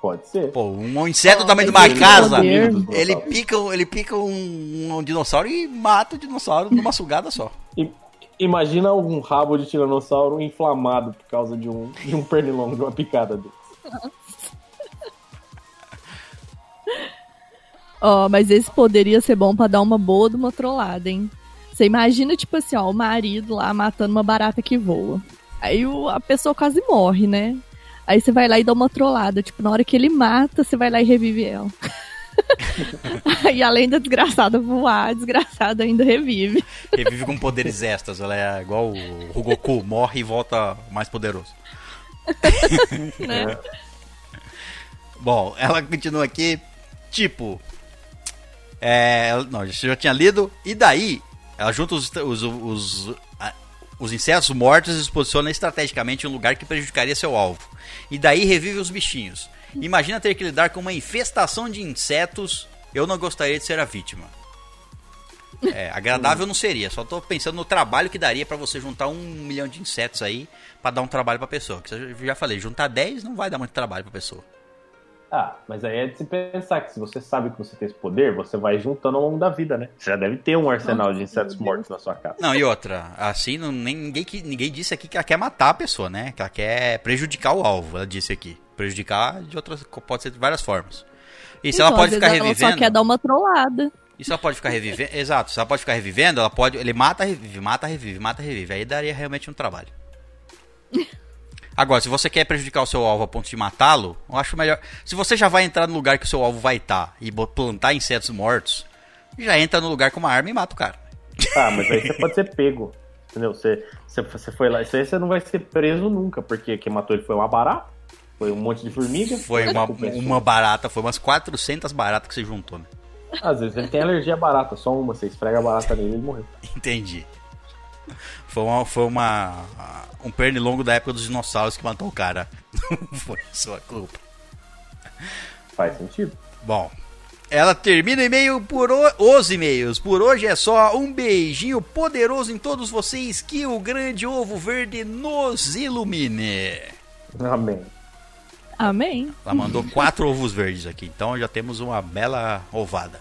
C: Pode ser.
A: Pô, um inseto do tamanho de
B: mas
A: uma
B: ele
A: casa,
B: é amigo
C: dos
A: ele
C: dinossauros.
A: pica, ele pica um, um dinossauro e mata o dinossauro numa sugada só.
C: I- Imagina algum rabo de tiranossauro inflamado por causa de um, de um pernilongo, de uma picada dele.
B: Ó, mas esse poderia ser bom pra dar uma boa de uma trollada, hein? Você imagina, tipo assim, ó, o marido lá matando uma barata que voa. Aí o- a pessoa quase morre, né? Aí você vai lá e dá uma trollada. Tipo, na hora que ele mata, você vai lá e revive ela. e além da desgraçada voar, a desgraçada ainda revive.
A: Revive com poderes extras. Ela é igual o o Goku, morre e volta mais poderoso.
B: Né?
A: Bom, ela continua aqui, tipo. É, ela- não, isso eu já tinha lido. E daí, ela junta os, os, os, a- os insetos mortos e os posiciona estrategicamente em um lugar que prejudicaria seu alvo. E daí revive os bichinhos. Imagina ter que lidar com uma infestação de insetos. Eu não gostaria de ser a vítima. É, agradável não seria. Só tô pensando no trabalho que daria pra você juntar um milhão de insetos aí pra dar um trabalho pra pessoa. Que eu já falei, juntar 10 não vai dar muito trabalho pra pessoa.
C: Ah, mas aí é de se pensar que se você sabe que você tem esse poder, você vai juntando ao longo da vida, né? Você já deve ter um arsenal de insetos mortos na sua casa.
A: Não, e outra, assim, não, nem, ninguém, que- ninguém disse aqui que ela quer matar a pessoa, né? Que ela quer prejudicar o alvo, ela disse aqui. Prejudicar de outras, pode ser de várias formas. E se ela
B: Então,
A: pode
B: às
A: ficar
B: vezes Ela só
A: revivendo.
B: quer dar uma trollada.
A: E se ela pode ficar revivendo. Exato, se ela pode ficar revivendo, ela pode. Ele mata, revive, mata, revive, mata, revive. Aí daria realmente um trabalho. Agora, se você quer prejudicar o seu alvo a ponto de matá-lo, eu acho melhor. Se você já vai entrar no lugar que o seu alvo vai estar e bo- plantar insetos mortos, já entra no lugar com uma arma e mata o cara.
C: Ah, mas aí você pode ser pego. Entendeu? Você, você, você foi lá. Isso aí você não vai ser preso nunca, porque quem matou ele foi uma barata, foi um monte de formiga.
A: Foi uma,
C: Desculpa, isso.
A: uma barata, foi umas 400 baratas que você juntou, né?
C: Às vezes ele tem alergia à barata, só uma, você esfrega a barata nele e ele morreu.
A: Entendi. Foi uma, foi uma um pernilongo da época dos dinossauros que matou o cara. Não foi sua culpa.
C: Faz sentido.
A: Bom, ela termina o e-mail por ho- os e-mails. Por hoje é só um beijinho poderoso em todos vocês que o grande ovo verde nos ilumine.
C: Amém.
B: Amém.
A: Ela mandou quatro ovos verdes aqui, então já temos uma bela ovada.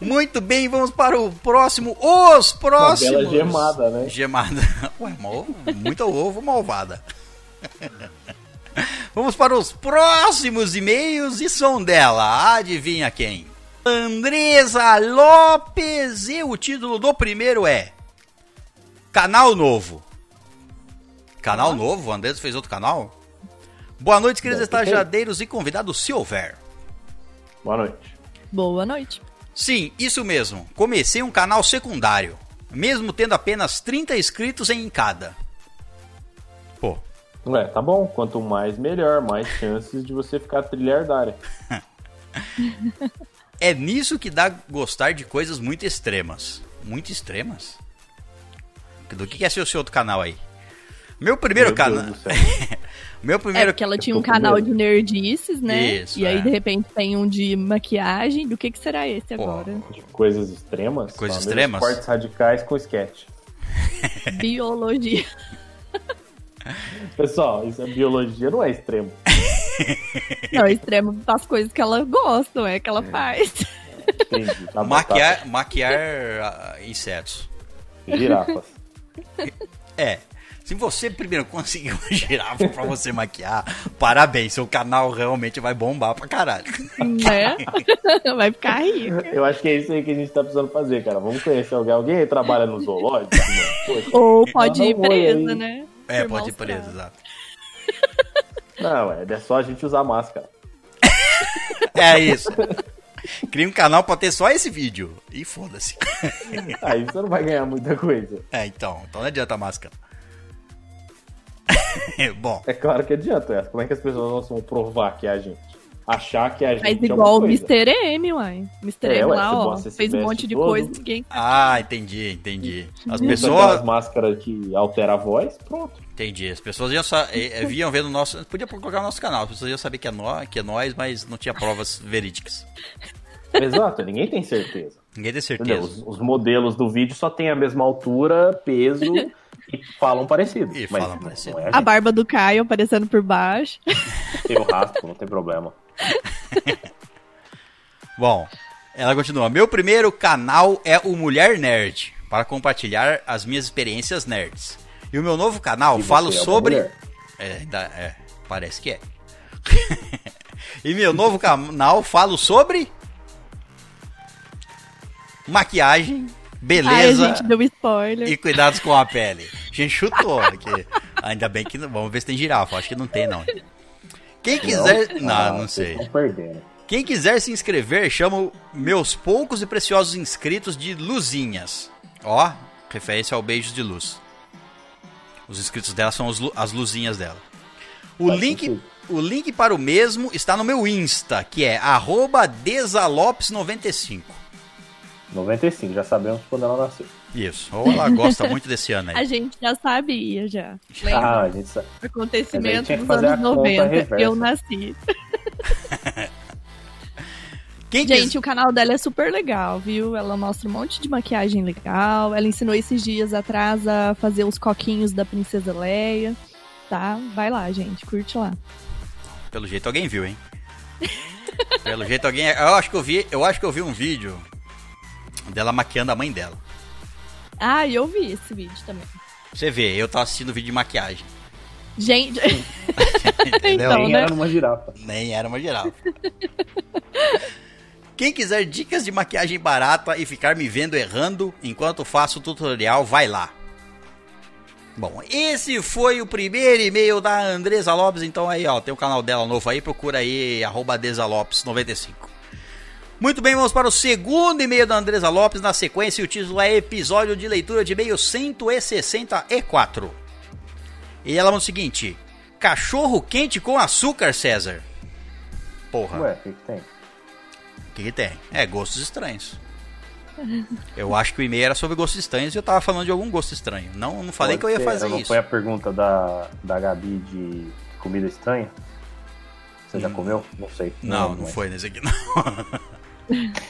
A: Muito bem, vamos para o próximo. Os
C: Uma
A: próximos.
C: bela gemada, né?
A: Gemada. Ué, uma ovo, muito ovo, uma ovada. Vamos para os próximos e-mails e são dela. Adivinha quem? Andresa Lopes e o título do primeiro é Canal Novo. Canal Novo? A Andresa fez outro canal? Boa noite, queridos
C: Deve ter.
A: estajadeiros e convidados, se houver.
C: Boa noite.
B: Boa noite.
A: Sim, isso mesmo. Comecei um canal secundário, mesmo tendo apenas 30 inscritos em cada. Pô,
C: Ué, tá bom. Quanto mais, melhor. Mais chances de você ficar trilhardária.
A: é nisso que dá gostar de coisas muito extremas. Muito extremas? Do que que é seu, seu outro canal aí? Meu primeiro
C: Meu Deus
A: canal.
C: do céu.
A: Meu
B: É
A: primeiro.
B: porque ela tinha
C: eu
B: um
C: tô
B: canal
C: curioso.
B: de nerdices, né?
A: Isso,
B: e aí,
A: é.
B: de repente, tem um de maquiagem. Do que, que será esse
A: Pô.
B: agora?
C: De coisas extremas.
A: Coisas
C: meus
A: extremas?
C: Esportes radicais com sketch.
B: Biologia.
C: Pessoal, isso é biologia, não é extremo.
B: Não, é extremo das coisas que ela gosta, é que ela faz.
C: Entendi. Tá bom,
A: Maquiar, maquiar ah, insetos.
C: tá. Girafas.
A: É. Se você primeiro conseguir uma girafa pra você maquiar, parabéns, seu canal realmente vai bombar pra caralho.
B: né? Vai ficar rico.
C: Eu acho que é isso aí que a gente tá precisando fazer, cara. Vamos conhecer alguém. Alguém aí trabalha no zoológico? mano? Poxa.
B: Ou pode
C: Dá um
B: ir presa,
C: oi aí.
B: né?
A: É,
B: Por
A: pode ir
B: maus
A: preso,
B: tratos.
A: exato.
C: Não, é, é só a gente usar máscara.
A: É isso. Cria um canal pra ter só esse vídeo. E foda-se.
C: Aí você não vai ganhar muita coisa.
A: É, então. Então não adianta a máscara. Bom,
C: É claro que adianta. né? Como é que as pessoas vão provar que é a gente? Achar que é a gente.
B: Mas
C: é
B: igual o
C: uma coisa.
B: Mr. M, uai. Mr.
C: É,
B: M
C: ué,
B: lá,
C: você
B: ó,
C: bota esse
B: fez um
C: veste
B: monte de
C: todo.
B: coisa, ninguém.
A: ah, entendi, entendi. As
C: Usa
A: pessoas.
C: Então, aquelas máscaras que altera a voz, pronto.
A: Entendi. As pessoas iam sa- eh, eh, vinham vendo o nosso. Podia colocar o nosso canal, as pessoas iam saber que é, nó- que é nós, mas não tinha provas verídicas.
C: Exato, ninguém tem certeza.
A: Ninguém tem
C: Entendeu?
A: certeza.
C: Os, os modelos do vídeo só têm a mesma altura, peso e falam parecido.
A: E
C: Mas
A: falam
C: não-
A: parecido.
C: não é a
B: A barba do Caio aparecendo por baixo.
C: gente. Eu raspo, não tem problema.
A: Bom, ela continua. Meu primeiro canal é o Mulher Nerd, para compartilhar as minhas experiências nerds. E o meu novo canal
C: E
A: falo
C: você é uma
A: sobre.
C: mulher.
A: É, ainda- é, parece que é. e meu novo canal falo sobre. Maquiagem, beleza
B: Ai, a gente deu spoiler.
A: e cuidados com a pele. A gente chutou aqui. Ainda bem
C: tá
A: que não. Vamos ver se tem girafa. Acho que não tem, não. Quem quiser. Não, não
C: ah, vocês né?
A: sei.
C: Estão perdendo.
A: Quem quiser se inscrever, chamo meus poucos e preciosos inscritos de luzinhas. Ó, referência ao beijos de luz. Os inscritos dela são os lu- as luzinhas dela. O
C: Faz
A: link,
C: sentido.
A: o link para o mesmo está no meu Insta, que é arroba desalopes95.
C: 95, já sabemos quando ela nasceu.
A: Isso. Ou ela gosta muito desse ano
B: A
A: aí.
B: gente já sabia, já.
C: Ah,
B: Lembra?
C: a gente sabe. Mas
B: Acontecimento
C: aí tinha que
B: dos
C: fazer a
B: anos
C: conta
B: 90.
C: reversa.
B: Eu nasci.
A: Quem quis-
B: Gente, o canal dela é super legal, viu? Ela mostra um monte de maquiagem legal. Ela ensinou esses dias atrás a fazer os coquinhos da Princesa Leia. Tá? Vai lá, gente. Curte lá.
A: Pelo jeito alguém viu, hein? Pelo jeito alguém. Eu acho que eu vi, eu acho que eu vi um vídeo dela maquiando a mãe dela.
B: Ah, eu vi esse vídeo também.
A: Você vê, eu tava assistindo vídeo de maquiagem.
B: Gente,
A: Entendeu?
B: Então,
C: Nem
B: né?
C: era um numa girafa.
A: Nem era uma geral. Quem quiser dicas de maquiagem barata e ficar me vendo errando enquanto faço o tutorial, vai lá. Bom, esse foi o primeiro e-mail da Andresa Lopes. Então aí, ó, tem o canal dela novo aí, procura aí, arroba desalopes95. Muito bem, vamos para o segundo e-mail da Andresa Lopes. Na sequência, e o título é Episódio de Leitura de E-mail 164. E ela manda o seguinte: Cachorro quente com açúcar, César. Porra.
C: Ué, o que, que tem?
A: O que, que tem? É, gostos estranhos. Eu acho que o e-mail era sobre gostos estranhos e eu tava falando de algum gosto estranho. Não, não falei
C: Pode
A: que eu ia
C: ser,
A: fazer
C: não
A: isso.
C: Foi a pergunta da, da Gabi de comida estranha? Você já comeu? Não sei.
A: Não,
C: lembro
A: Hum. não
C: mais.
A: foi nesse aqui, não.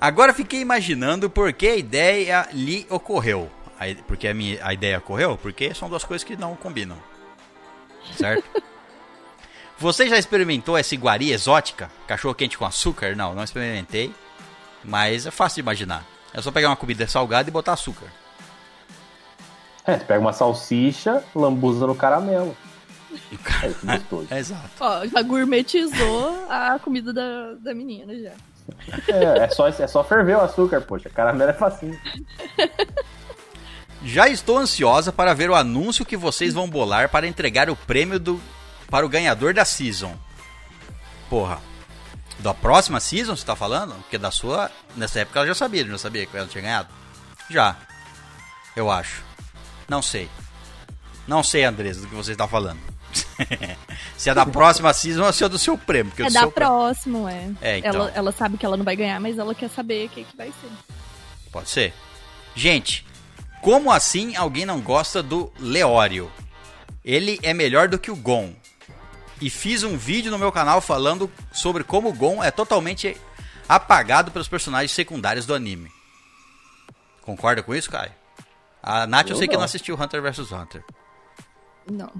A: Agora fiquei imaginando por que a ideia lhe ocorreu. A i- Porque a, minha, a ideia ocorreu? Porque são duas coisas que não combinam. Certo? Você já experimentou essa iguaria exótica? Cachorro quente com açúcar? Não, não experimentei. Mas é fácil de imaginar. É só pegar uma comida salgada e botar açúcar.
C: É, você pega uma salsicha, lambuza no caramelo. É isso, gostoso.
A: Exato.
B: ó, já gourmetizou a comida da, da menina já.
C: É, é só, é só ferver o açúcar, poxa. Caramelo é facinho.
A: Já estou ansiosa para ver o anúncio que vocês vão bolar para entregar o prêmio do para o ganhador da season. Porra. Da próxima season, você tá falando? Porque da sua, nessa época ela já sabia, não sabia que ela tinha ganhado? Já. Eu acho. Não sei. Não sei, Andresa, do que você está falando. se é da próxima season ou se é do seu prêmio. Porque
B: É
A: do
B: da
A: seu prêmio-
B: próxima, é.
A: É, então.
B: ela, ela sabe que ela não vai ganhar, mas ela quer saber o que, que vai ser.
A: Pode ser. Gente, como assim alguém não gosta do Leório? Ele é melhor do que o Gon. E fiz um vídeo no meu canal falando sobre como o Gon é totalmente apagado pelos personagens secundários do anime. Concorda com isso, Caio? A Nath eu,
C: Eu
A: sei que
C: não.
A: não assistiu Hunter vs Hunter.
B: Não.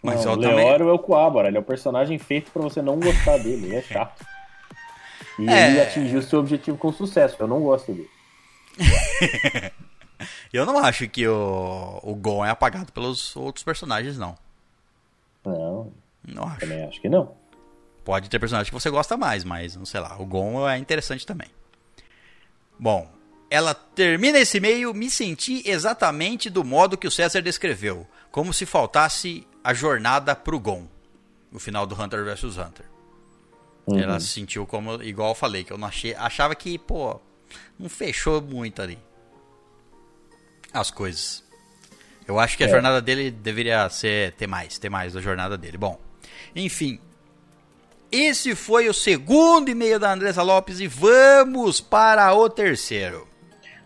A: Mas
C: não,
A: eu
C: o
A: também.
C: Leório é o Coabra, ele é o personagem feito pra você não gostar dele, ele é chato. E
A: É.
C: ele atingiu seu objetivo com sucesso, eu não gosto dele.
A: Eu não acho que o, o Gon é apagado pelos outros personagens, não.
C: Não,
A: Não acho.
C: também acho que não.
A: Pode ter personagens que você gosta mais, mas não sei lá. O Gon é interessante também. Bom, ela termina esse e-mail. Me senti exatamente do modo que o César descreveu: como se faltasse a jornada pro Gon. O final do Hunter vs Hunter.
C: Uhum.
A: Ela se sentiu como, igual eu falei, que eu não achei, achava que, pô, não fechou muito ali. As coisas. Eu acho que a
C: É.
A: jornada dele deveria ser ter mais, ter mais da jornada dele. Bom, enfim. Esse foi o segundo e-mail da Andressa Lopes e vamos para o terceiro.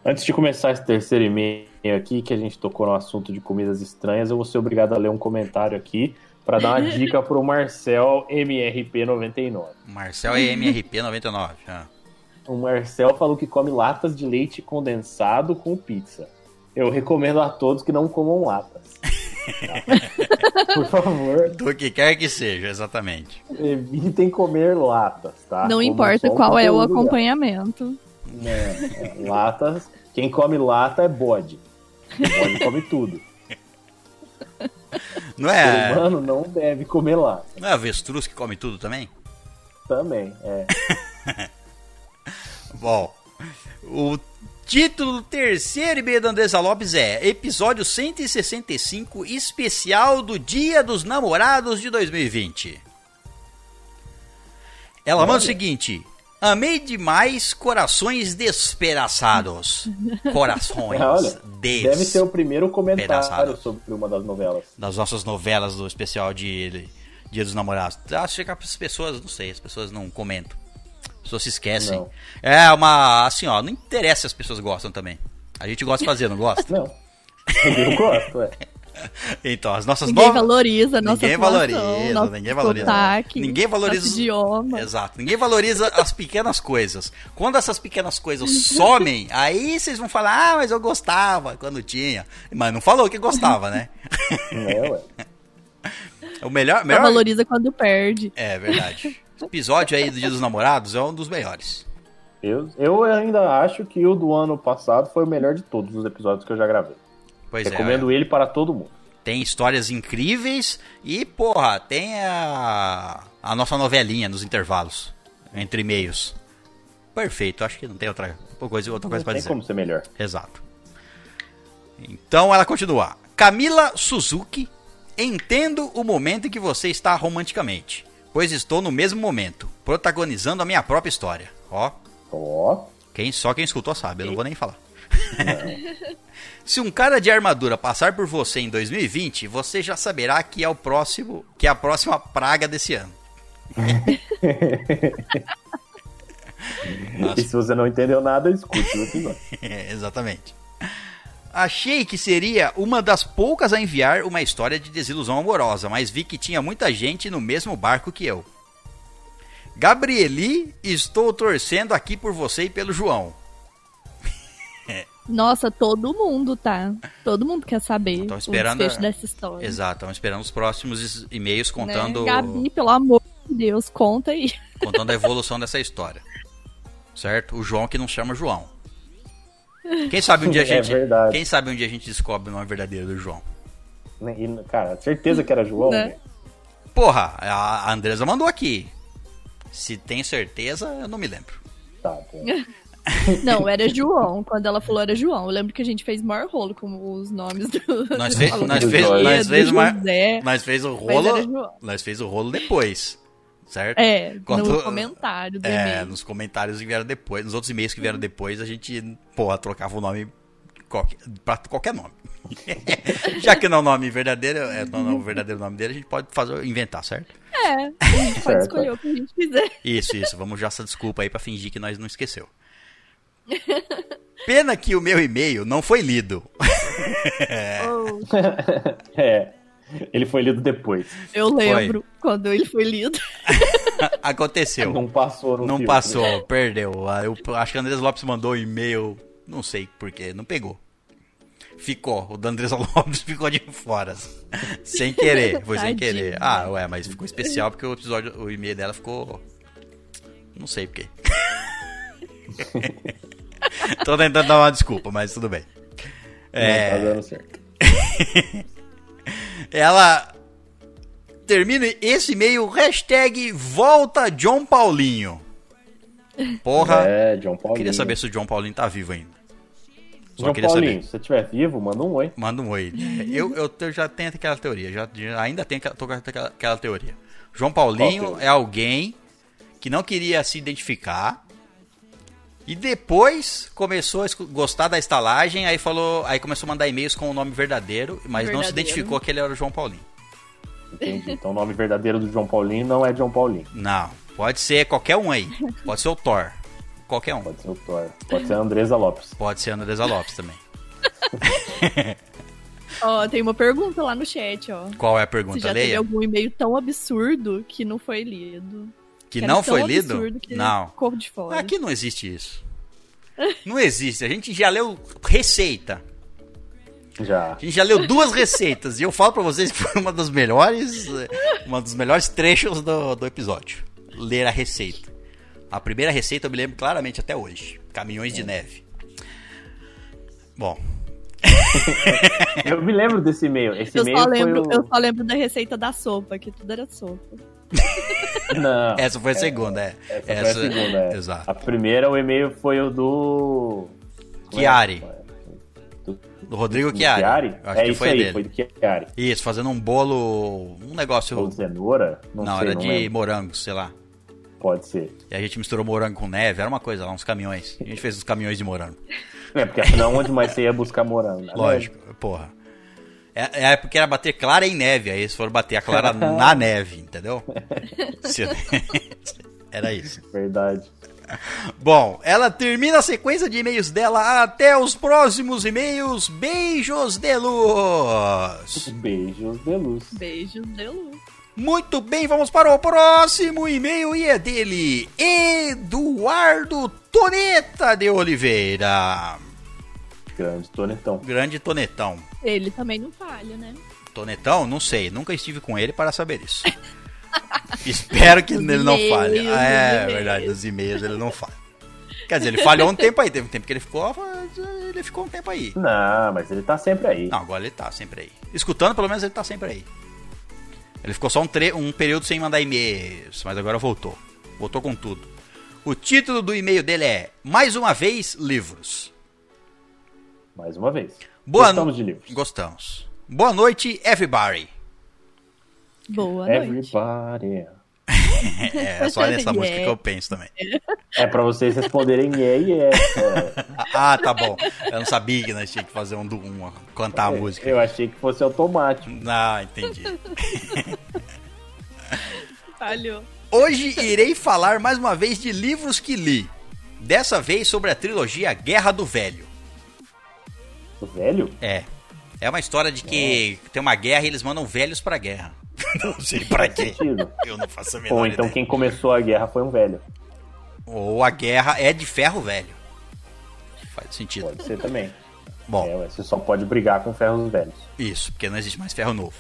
C: Antes de começar esse terceiro e-mail aqui, que a gente tocou no assunto de comidas estranhas, eu vou ser obrigado a ler um comentário aqui pra dar uma dica pro Marcel MRP99.
A: Marcel é MRP99. Ah,
C: O Marcel falou que come latas de leite condensado com pizza. Eu recomendo a todos que não comam latas. Tá? Por favor,
A: do que quer que seja, exatamente.
C: evitem comer latas, tá?
B: não
C: Comam
B: importa
C: só um
B: qual é o
C: conteúdo,
B: acompanhamento.
C: né? É, Latas. Quem come lata é bode. Bode come tudo.
A: Não
C: O
A: é,
C: humano não deve comer lata.
A: não é avestruz que come tudo também?
C: Também, é.
A: Bom, o título do terceiro e-mail da Andressa Lopes é Episódio 165 Especial do Dia dos Namorados de 2020. Ela manda o seguinte: Amei demais corações despedaçados. Corações
C: Olha, Deve ser
A: des
C: o primeiro comentário
A: Pedaçado.
C: sobre uma das novelas.
A: das nossas novelas do especial de Dia dos Namorados. Ah, Acho que as pessoas, não sei, as pessoas não comentam. As pessoas se esquecem.
C: Não.
A: É uma. Assim, ó, não interessa se as pessoas gostam também. A gente gosta de fazer, não gosta?
C: Não. Eu gosto, é.
A: Então, as nossas
B: Ninguém
A: novelas.
B: valoriza a nossa
A: Ninguém
B: atuação,
A: valoriza,
B: nosso
A: ninguém valoriza.
B: sotaque,
A: Ninguém valoriza
B: nosso
A: os-
B: idioma.
A: Exato. Ninguém valoriza as pequenas coisas. Quando essas pequenas coisas somem, aí vocês vão falar, ah, mas eu gostava quando tinha. Mas não falou que gostava, né?
C: Não, ué.
A: É o melhor.
B: Só
A: melhor...
B: valoriza quando perde.
A: É verdade. Esse episódio aí do Dia dos Namorados é um dos melhores.
C: Eu, eu ainda acho que o do ano passado foi o melhor de todos os episódios que eu já gravei.
A: Pois
C: Recomendo ele para todo mundo.
A: é. Tem histórias incríveis e, porra, tem a, a nossa novelinha nos intervalos, entre meios. Perfeito, acho que não tem outra coisa, outra coisa
C: Não
A: pra
C: tem
A: dizer.
C: como ser melhor.
A: Exato. Então ela continua. Camila Suzuki, entendo o momento em que você está romanticamente, pois estou no mesmo momento, protagonizando a minha própria história. Ó,
C: Ó,
A: quem só quem escutou sabe, eu não vou nem falar. Se um cara de armadura passar por você em 2020, você já saberá que é o próximo, que é a próxima praga desse ano.
C: e se você não entendeu nada, escute o episódio.
A: É, exatamente. Achei que seria uma das poucas a enviar uma história de desilusão amorosa, mas vi que tinha muita gente no mesmo barco que eu. Gabrieli, estou torcendo aqui por você e pelo João.
B: Nossa, todo mundo tá. Todo mundo quer saber
A: Tão
B: o
A: esperando
B: desfecho
A: a-
B: dessa história.
A: Exato, estamos esperando os próximos es- e-mails
B: né?
A: contando,
B: Gabi, pelo amor de Deus, conta aí.
A: contando a evolução dessa história. Certo? O João que não chama João. Quem sabe um dia a
C: É
A: gente,
C: verdade.
A: quem sabe um dia a gente descobre o nome verdadeiro do João.
C: Né, E, cara, certeza que era João,
B: Né?
C: né?
A: Porra, a a Andresa mandou aqui. Se tem certeza, eu não me lembro.
C: Tá, bom.
B: Não, era João. Quando ela falou era João. Eu lembro que a gente fez maior rolo com os nomes do.
A: Nós fez,
B: falou
A: nós
B: do
A: fez,
C: Joia,
A: nós
B: do
A: fez, uma-
B: José.
A: nós fez o
B: era João.
A: rolo, nós fez o rolo depois, certo?
B: É,
A: Quando-
B: no comentário do
A: É,
B: e-mail.
A: nos comentários que vieram depois, nos outros e-mails que vieram depois, a gente, porra, trocava o nome qualquer, pra qualquer nome. Já que não é o nome verdadeiro, é, não é o verdadeiro nome dele, a gente pode fazer, inventar, certo?
B: É, a gente pode
C: Certo.
B: escolher o que a gente quiser.
A: Isso, isso. Vamos já essa desculpa aí pra fingir que nós não esqueceu. Pena que o meu e-mail não foi lido.
B: Oh,
C: É. Ele foi lido depois.
B: eu lembro quando ele foi lido.
A: Aconteceu.
C: Não passou no
A: Não
C: filtro.
A: passou, perdeu. Ah, Eu acho que o Andrés Lopes mandou o e-mail, não sei porquê, não pegou. Ficou, o da Andresa Lopes ficou de fora. Sem querer, foi sem
B: Tadinho.
A: querer. Ah, ué, mas ficou especial porque o episódio, o e-mail dela ficou. Não sei porquê. Tô tentando dar uma desculpa, mas tudo bem.
C: Não,
A: é.
C: Tá dando certo.
A: Ela termina esse e-mail hashtag volta John Paulinho. Porra,
C: É, John Paulinho.
A: queria saber se o John Paulinho tá vivo ainda. Só
C: João
A: queria
C: Paulinho,
A: saber.
C: se você estiver vivo, manda um oi.
A: Manda um oi. Eu, eu te- já tenho aquela teoria, já, já- ainda tenho, aquela- tô com aquela, aquela teoria. João
C: Qual
A: Paulinho
C: teoria?
A: é alguém que não queria se identificar e depois começou a escu- gostar da estalagem, aí falou, aí começou a mandar e-mails com o nome verdadeiro, mas não se
B: Verdadeiro.
A: identificou que ele era o João Paulinho.
C: Entendi. Então o nome verdadeiro do João Paulinho não é João Paulinho.
A: Não, pode ser qualquer um aí. Pode ser o Thor. Qualquer um.
C: Pode ser o Thor. Pode ser a Andresa Lopes.
A: Pode ser a Andresa Lopes também.
B: Ó, tem uma pergunta lá no chat, ó.
A: Qual é a
B: Se
A: pergunta,
B: já teve
A: Leia?
B: algum e-mail tão absurdo que não foi lido.
A: Que
B: Era
A: não
B: tão
A: foi lido?
B: absurdo Que
A: Não.
B: Ficou de
C: Ah,
B: fora.
A: Aqui não existe isso. Não existe. A gente já leu receita.
C: Já.
A: A gente já leu duas receitas. E eu falo pra vocês que foi uma das melhores. eh, Uma dos melhores trechos do, do episódio. Ler a receita. A primeira receita eu me lembro claramente até hoje. Caminhões
C: É.
A: de neve. Bom,
C: Eu me lembro desse e-mail. Esse
B: Eu
C: e-mail
B: só, lembro,
C: foi o...
B: eu só lembro da receita da sopa, que tudo era sopa.
C: Não.
A: essa foi a segunda, é.
C: Essa, foi a segunda, é.
A: Exato.
C: A primeira, o e-mail foi o do...
A: Chiari.
C: Do, do
A: Do Rodrigo Chiari.
C: Chiari?
A: Eu Acho
C: É
A: que
C: isso
A: foi
C: aí,
A: dele.
C: foi do Chiari.
A: Isso, fazendo um bolo. Um negócio.
C: Ou cenoura? Não,
A: Não,
C: sei,
A: era
C: não
A: de
C: lembro.
A: morango, sei lá.
C: Pode ser.
A: E a gente misturou morango com neve, era uma coisa lá, uns caminhões. A gente fez uns caminhões de morango.
C: É, porque afinal, onde mais você ia buscar morango? né?
A: Lógico, porra. É, é porque era bater clara em neve, aí eles foram bater a clara na neve, entendeu? Se- era isso.
C: Verdade.
A: Bom, ela termina a sequência de e-mails dela. Até os próximos e-mails. Beijos de luz.
C: Beijos de luz.
B: Beijo, deu luz.
A: Muito bem, vamos para o próximo e-mail e é dele, Eduardo Toneta de Oliveira.
C: Grande tonetão.
A: Grande Tonetão.
B: Ele também não falha, né?
A: Tonetão? Não sei, nunca estive com ele para saber isso. Espero que
B: Os
A: ele não
B: e-mails,
A: falhe.
B: os
A: É
B: e-mails.
A: verdade, os e-mails ele não falha. Quer dizer, ele falhou um tempo aí, teve um tempo que ele ficou, mas ele ficou um tempo aí.
C: Não, mas ele tá sempre aí.
A: Não, agora ele tá sempre aí. Escutando, pelo menos ele tá sempre aí. Ele ficou só um, tre- um período sem mandar e-mails, mas agora voltou. Voltou com tudo. O título do e-mail dele é Mais uma vez, livros.
C: Mais uma vez.
A: Boa
C: Gostamos
A: no-
C: de livros.
A: Gostamos. Boa noite, everybody.
B: Boa noite.
C: Everybody.
A: É, é só nessa
B: Yeah.
A: música que eu penso também.
C: É pra vocês responderem yeah, yeah. É,
A: Ah, tá bom. Eu não sabia que nós tínhamos que fazer um, do- um cantar a
C: É,
A: música.
C: Eu achei que fosse automático.
A: Ah, entendi.
B: Falhou.
A: Hoje irei falar mais uma vez de livros que li. Dessa vez sobre a trilogia Guerra do Velho.
C: O velho?
A: É. É uma história de que
C: É.
A: tem uma guerra e eles mandam velhos pra guerra. Não sei pra quê.
C: Sentido.
A: Eu não faço a menor
C: Ou então
A: ideia.
C: quem começou a guerra foi um velho.
A: Ou a guerra é de ferro velho. Faz sentido.
C: Pode ser também.
A: Bom,
C: É, você só pode brigar com ferros velhos.
A: isso, porque não existe mais ferro novo.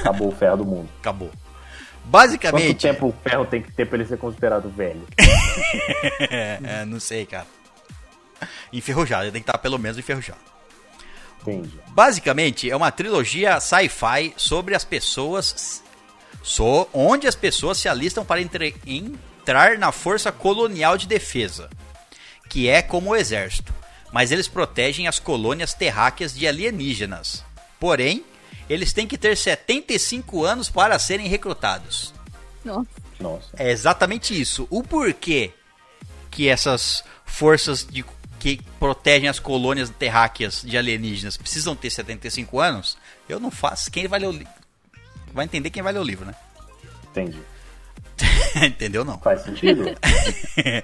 C: Acabou o ferro do mundo.
A: Acabou.
C: Quanto
A: Basicamente.
C: tempo o ferro tem que ter pra ele ser considerado velho?
A: É, é, não sei, cara. Enferrujado, ele tem que estar pelo menos enferrujado.
C: Entende?
A: Basicamente, é uma trilogia sci-fi sobre as pessoas. So, onde as pessoas se alistam para entre- entrar na Força Colonial de Defesa, que é como o Exército, mas eles protegem as colônias terráqueas de alienígenas. Porém, eles têm que ter 75 anos para serem recrutados.
B: Nossa,
C: Nossa.
A: É exatamente isso. O porquê que essas forças de- que protegem as colônias terráqueas de alienígenas precisam ter 75 anos, eu não faço. Quem vai ler o li... Vai entender quem vai ler o livro, né?
C: Entendi.
A: Entendeu não?
C: Faz sentido? é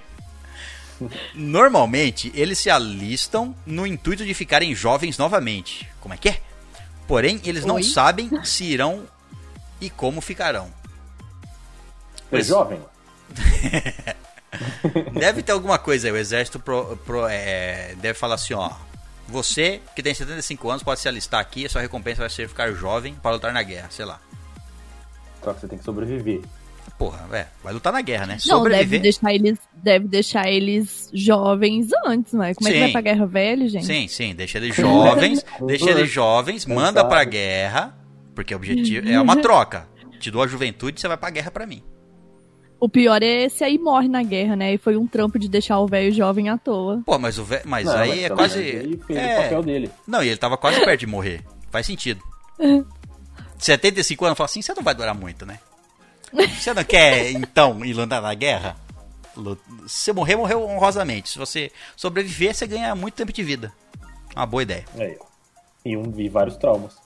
A: Normalmente, eles se alistam no intuito de ficarem jovens novamente. Como é que é? Porém, eles não
B: Oi?
A: sabem se irão e como ficarão.
C: É
A: Mas-
C: jovem?
A: Deve ter alguma coisa aí. O exército pro- pro- é, deve falar assim, ó. Você que tem 75 anos pode se alistar aqui, a sua recompensa vai ser ficar jovem para lutar na guerra, sei lá.
C: Só que você tem que sobreviver.
A: Porra, é, vai lutar na guerra, né?
B: não deve
A: Sobreviver.
B: deixar eles, deve deixar eles jovens antes, né? Como é que
A: Sim.
B: vai pra guerra velho, gente?
A: Sim, sim, deixa eles jovens, deixa eles jovens,
C: Cansado.
A: manda pra guerra, porque o objetivo é
B: Uhum.
A: uma troca. Te dou a juventude, você vai pra guerra pra mim.
B: O pior é esse aí morre na guerra, né? E foi um trampo de deixar o velho jovem à toa.
A: Pô, mas o ve... mas
C: Não,
A: aí é
C: pelo
A: quase
C: menos Ele fez
A: é.
C: o papel dele.
A: Não, e ele tava quase perto de morrer. Faz sentido. 75 anos, fala assim, você não vai durar muito, né? Você não quer, então, ir lutar na guerra? Lu- Se você morrer, morreu honrosamente. Se você sobreviver, você ganha muito tempo de vida. Uma boa ideia.
C: Aí, ó. E, um, e vários traumas.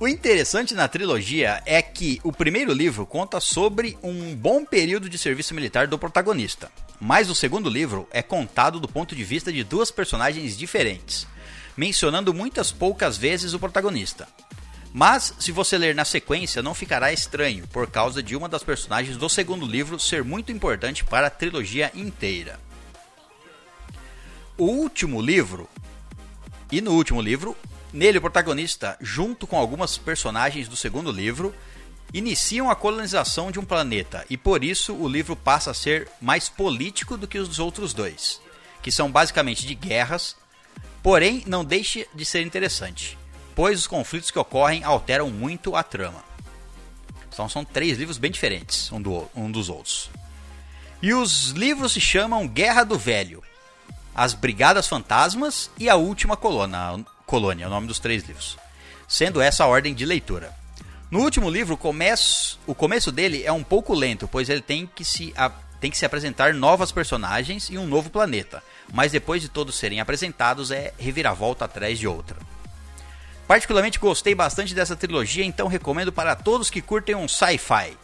A: O interessante na trilogia é que o primeiro livro conta sobre um bom período de serviço militar do protagonista, mas o segundo livro é contado do ponto de vista de duas personagens diferentes, mencionando muitas poucas vezes o protagonista. Mas, se você ler na sequência, não ficará estranho, por causa de uma das personagens do segundo livro ser muito importante para a trilogia inteira. O último livro e no último livro, nele o protagonista, junto com algumas personagens do segundo livro, iniciam a colonização de um planeta e por isso o livro passa a ser mais político do que os outros dois, que são basicamente de guerras, porém não deixe de ser interessante, pois os conflitos que ocorrem alteram muito a trama. Então são três livros bem diferentes um, do- um dos outros. E os livros se chamam Guerra do Velho, as Brigadas Fantasmas e A é Última Colônia, Colônia, o nome dos três livros, sendo essa a ordem de leitura. No último livro, o começo, o começo dele é um pouco lento, pois ele tem que se a- tem que se apresentar novas personagens e um novo planeta. Mas depois de todos serem apresentados, é reviravolta atrás de outra. Particularmente gostei bastante dessa trilogia, então recomendo para todos que curtem um sci-fi.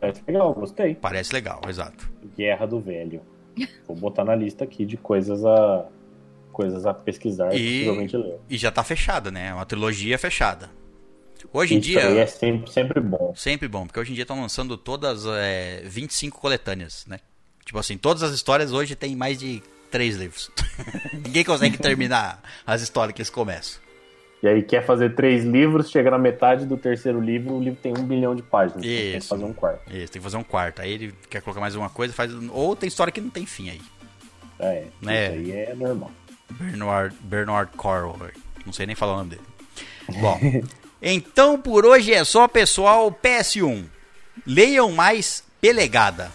C: Parece É, tá legal, gostei.
A: Parece legal, exato.
C: Guerra do Velho. Vou botar na lista aqui de coisas a coisas a pesquisar
A: E-
C: e possivelmente ler.
A: E já tá fechada, né? É Uma trilogia fechada. Hoje em
C: Isso aí é
A: dia,
C: sempre, sempre bom.
A: sempre bom, porque hoje em dia estão lançando todas é, 25 coletâneas, né? Tipo assim, todas as histórias hoje tem mais de três livros. Ninguém consegue terminar as histórias que eles começam.
C: E aí quer fazer três livros, chega na metade do terceiro livro, o livro tem um bilhão de páginas. então Tem que
A: Isso.
C: fazer um quarto.
A: Isso, tem que fazer um quarto. Aí ele quer colocar mais uma coisa, faz. Ou tem história que não tem fim aí.
C: É,
A: Né?
C: isso aí é normal.
A: Bernard, Bernard Cornwell. Não sei nem falar o nome dele. Bom, então por hoje é só, pessoal. PS1. Leiam mais pelegada.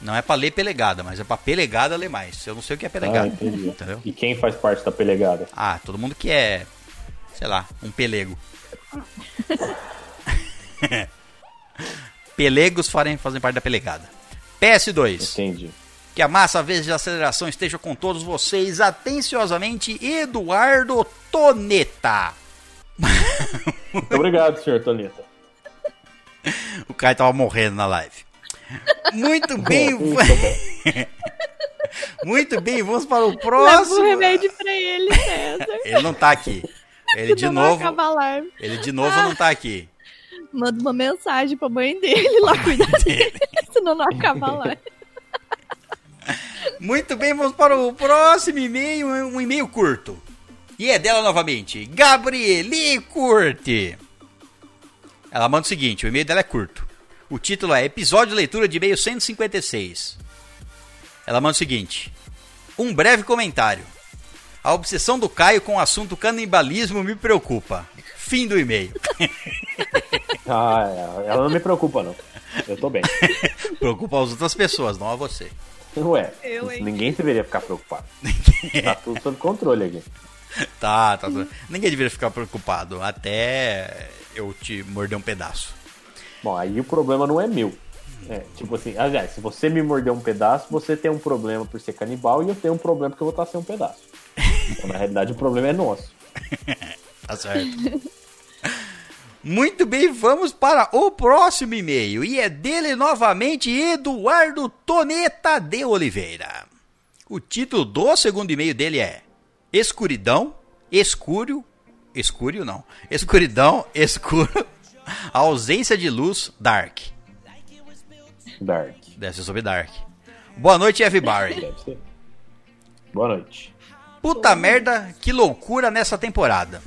A: Não é pra ler pelegada, mas é pra pelegada ler mais. Eu não sei o que é
C: Ah,
A: pelegada.
C: entendi.
A: entendeu?
C: E quem faz parte da pelegada?
A: Ah, todo mundo que é, sei lá, um pelego. Pelegos farem- fazem parte da pelegada. PS2.
C: Entendi.
A: Que a massa vezes de aceleração esteja com todos vocês, atenciosamente, Eduardo Toneta.
C: Muito obrigado, senhor Toneta.
A: O cara tava morrendo na live. Muito bem,
C: Muito bom.
A: muito bem, vamos para o
B: Leva o
A: próximo.
B: remédio pra ele, César.
A: Ele não tá aqui. Ele de
B: senão vai
A: novo,
B: acabar a live.
A: ele de novo não tá aqui.
B: Manda uma mensagem pra mãe dele lá cuidar dele. senão não acaba a live.
A: Muito bem, vamos para o próximo e-mail, um e-mail curto. E é dela novamente, Gabrieli Curte. Ela manda o seguinte, o e-mail dela é curto. O título é Episódio de Leitura de E-mail 156. Ela manda o seguinte, um breve comentário. A obsessão do Caio com o assunto canibalismo me preocupa. Fim do e-mail.
C: Ah, é, ela não me preocupa, não. Eu tô bem.
A: preocupa as outras pessoas, não a você.
C: Ué,
B: Eu, hein?
C: ninguém deveria ficar preocupado. Tá tudo sob controle aqui.
A: Tá, tá. tá. Ninguém deveria ficar preocupado até eu te morder um pedaço.
C: Bom, aí o problema não é meu. É, tipo assim, aliás, se você me morder um pedaço, você tem um problema por ser canibal e eu tenho um problema porque eu vou estar sem um pedaço. Então, na realidade, o problema é nosso.
A: Tá certo. Muito bem, vamos para o próximo e-mail. E é dele novamente, Eduardo Toneta de Oliveira. O título do segundo e-mail dele é Escuridão, Escúrio, Escúrio não, Escuridão, Escuro, Ausência de Luz, Dark.
C: Dark,
A: Deve ser sobre Dark. Boa noite, everybody.
C: deve ser. Boa noite.
A: Puta merda, que loucura nessa temporada.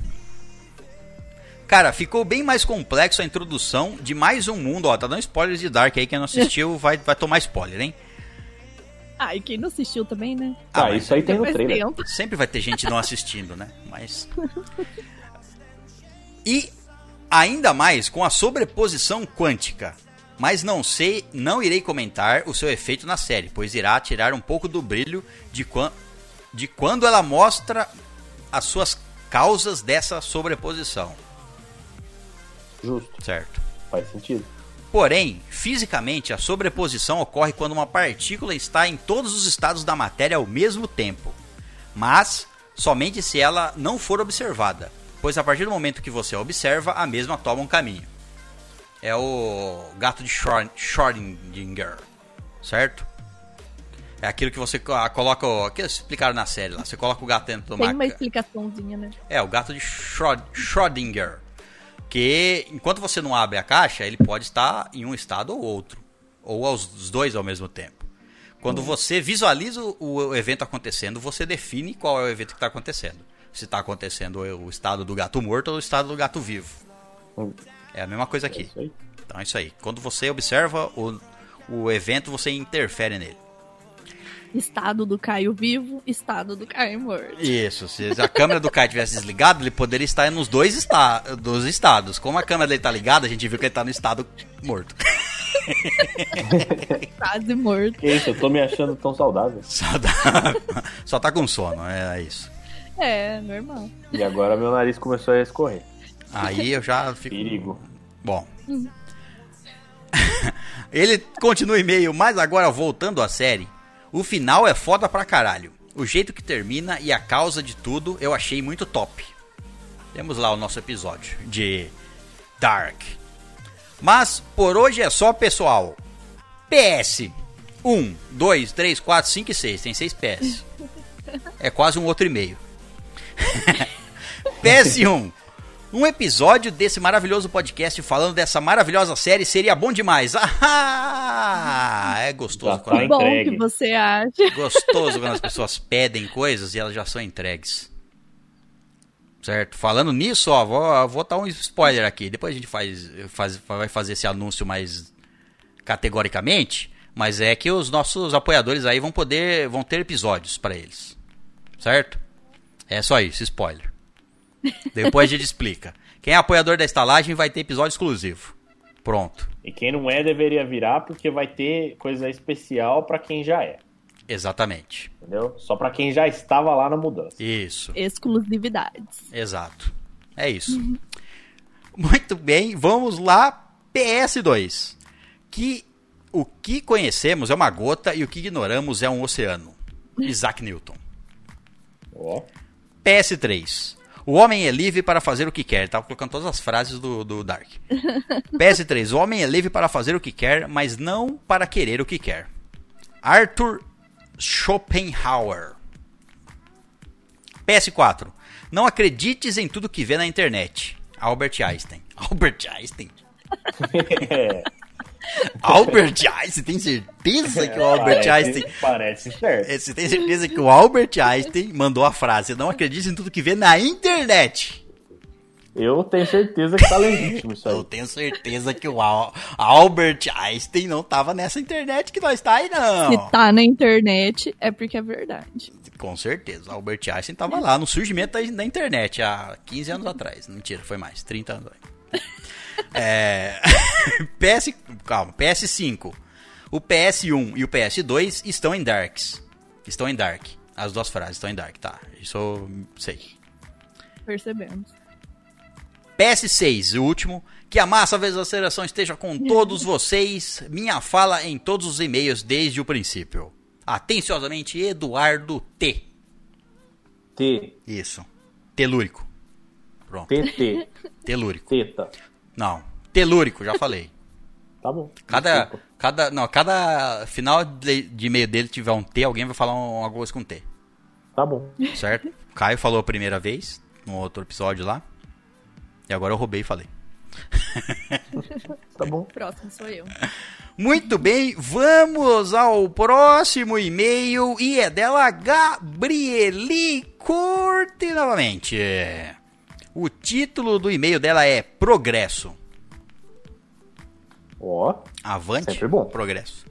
A: Cara, ficou bem mais complexo a introdução de mais um mundo. Ó, tá dando spoilers de Dark aí, quem não assistiu vai, vai tomar spoiler, hein?
B: Ah, e quem não assistiu também, né?
A: Ah,
C: Ah,
A: mas
C: isso aí tem no
B: Depois
C: trailer.
B: tempo.
A: Sempre vai ter gente não assistindo, né? Mas. E ainda mais com a sobreposição quântica. Mas não sei, não irei comentar o seu efeito na série, pois irá tirar um pouco do brilho de, quan- de quando ela mostra as suas causas dessa sobreposição,
C: Justo,
A: certo?
C: faz sentido.
A: Porém, fisicamente, a sobreposição ocorre quando uma partícula está em todos os estados da matéria ao mesmo tempo, mas somente se ela não for observada, pois a partir do momento que você a observa, a mesma toma um caminho. É o gato de Schrö- Schrödinger, certo? É aquilo que você co- coloca, o que eles explicaram na série lá, você coloca o gato dentro do
B: Tem uma
A: maca-
B: explicaçãozinha, né?
A: é, o gato de Schröd- Schrödinger. Que enquanto você não abre a caixa, ele pode estar em um estado ou outro. Ou aos os dois ao mesmo tempo.
C: Uhum.
A: Quando você visualiza o, o evento acontecendo, você define qual é o evento que está acontecendo. Se está acontecendo o estado do gato morto ou o estado do gato vivo.
C: Hum,
A: É a mesma coisa
C: É
A: aqui.
C: isso aí.
A: Então é isso aí. Quando você observa o, o evento, você interfere nele.
B: Estado do Caio vivo, estado do Caio morto.
A: Isso, se a câmera do Kai tivesse desligado, ele poderia estar nos dois esta dos estados. Como a câmera dele tá ligada, a gente viu que ele tá no estado morto.
B: Quase morto.
C: Que isso, eu tô me achando tão saudável.
A: Só, dá- só tá com sono, é, é isso.
B: É, normal.
C: E agora meu nariz começou a escorrer.
A: Aí eu já fico.
C: Perigo.
A: Bom. Ele continua o e-mail, mas agora voltando à série. O final é foda pra caralho. O jeito que termina e a causa de tudo eu achei muito top. Temos lá o nosso episódio de Dark. Mas por hoje é só, pessoal. Um, PS 1, 2, 3, 4, 5 e 6. Tem 6 PS. É quase um outro e-mail. PS1. Um episódio desse maravilhoso podcast falando dessa maravilhosa série seria bom demais. Ah, é gostoso
C: Já
A: quando,
C: Tá
B: Bom
C: entregue.
B: que você acha.
A: gostoso quando as pessoas pedem coisas e elas já são entregues. Certo? Falando nisso, ó, vou, vou dar um spoiler aqui. Depois a gente faz, faz- vai fazer esse anúncio mais categoricamente, mas é que os nossos apoiadores aí vão poder vão ter episódios pra eles. Certo? É só isso, spoiler. Depois a gente explica. Quem é apoiador da estalagem vai ter episódio exclusivo. Pronto.
C: E quem não é deveria virar, porque vai ter coisa especial pra quem já é.
A: Exatamente.
C: Entendeu? Só pra quem já estava lá na mudança.
A: Isso.
B: Exclusividades.
A: Exato. É isso. Muito bem, vamos lá. PS2. Que o que conhecemos é uma gota e o que ignoramos é um oceano. Isaac Newton.
C: Ó.
A: PS3. O homem é livre para fazer o que quer. Tava colocando todas as frases do, do Dark. PS3. O homem é livre para fazer o que quer, mas não para querer o que quer. Arthur Schopenhauer. PS4. Não acredites em tudo que vê na internet. Albert Einstein. Albert Einstein?
C: É,
A: Albert Einstein? Tem certeza que o Albert
C: parece-
A: Einstein
C: Parece certo.
A: é, Você tem certeza que o Albert Einstein mandou a frase: Não acredite em tudo que vê na internet.
C: Eu tenho certeza que tá legítimo isso
A: Eu
C: aí.
A: tenho certeza que o Al- Albert Einstein não tava nessa internet que nós está aí, não.
B: Se tá na internet, é porque é verdade.
A: Com certeza. Albert Einstein tava lá no surgimento da, da internet há 15 anos atrás. Mentira, foi mais, 30 anos atrás. É, PS, calma, PS5. O PS1 e o PS2 estão em Darks. Estão em Dark. As duas frases estão em Dark, tá. Isso eu sei.
B: Percebemos.
A: PS6, o último. Que a massa aceleração esteja com todos vocês. Minha fala em todos os e-mails desde o princípio. Atenciosamente, Eduardo T.
C: T,
A: Isso. Telúrico. Pronto.
C: TT,
A: Telúrico.
C: teta.
A: Não. Telúrico, já falei.
C: Tá bom.
A: Cada,
C: Desculpa.
A: cada, não, cada final de de e-mail dele tiver um T, alguém vai falar um- alguma coisa com T.
C: Tá bom.
A: Certo? Caio falou a primeira vez, no outro episódio lá. E agora eu roubei e falei.
C: Tá bom.
B: Próximo sou eu.
A: Muito bem, vamos ao próximo e-mail e é dela Gabrieli Corte novamente. O título do e-mail dela é Progresso.
C: Ó.
A: Avante.
C: Sempre bom.
A: Progresso.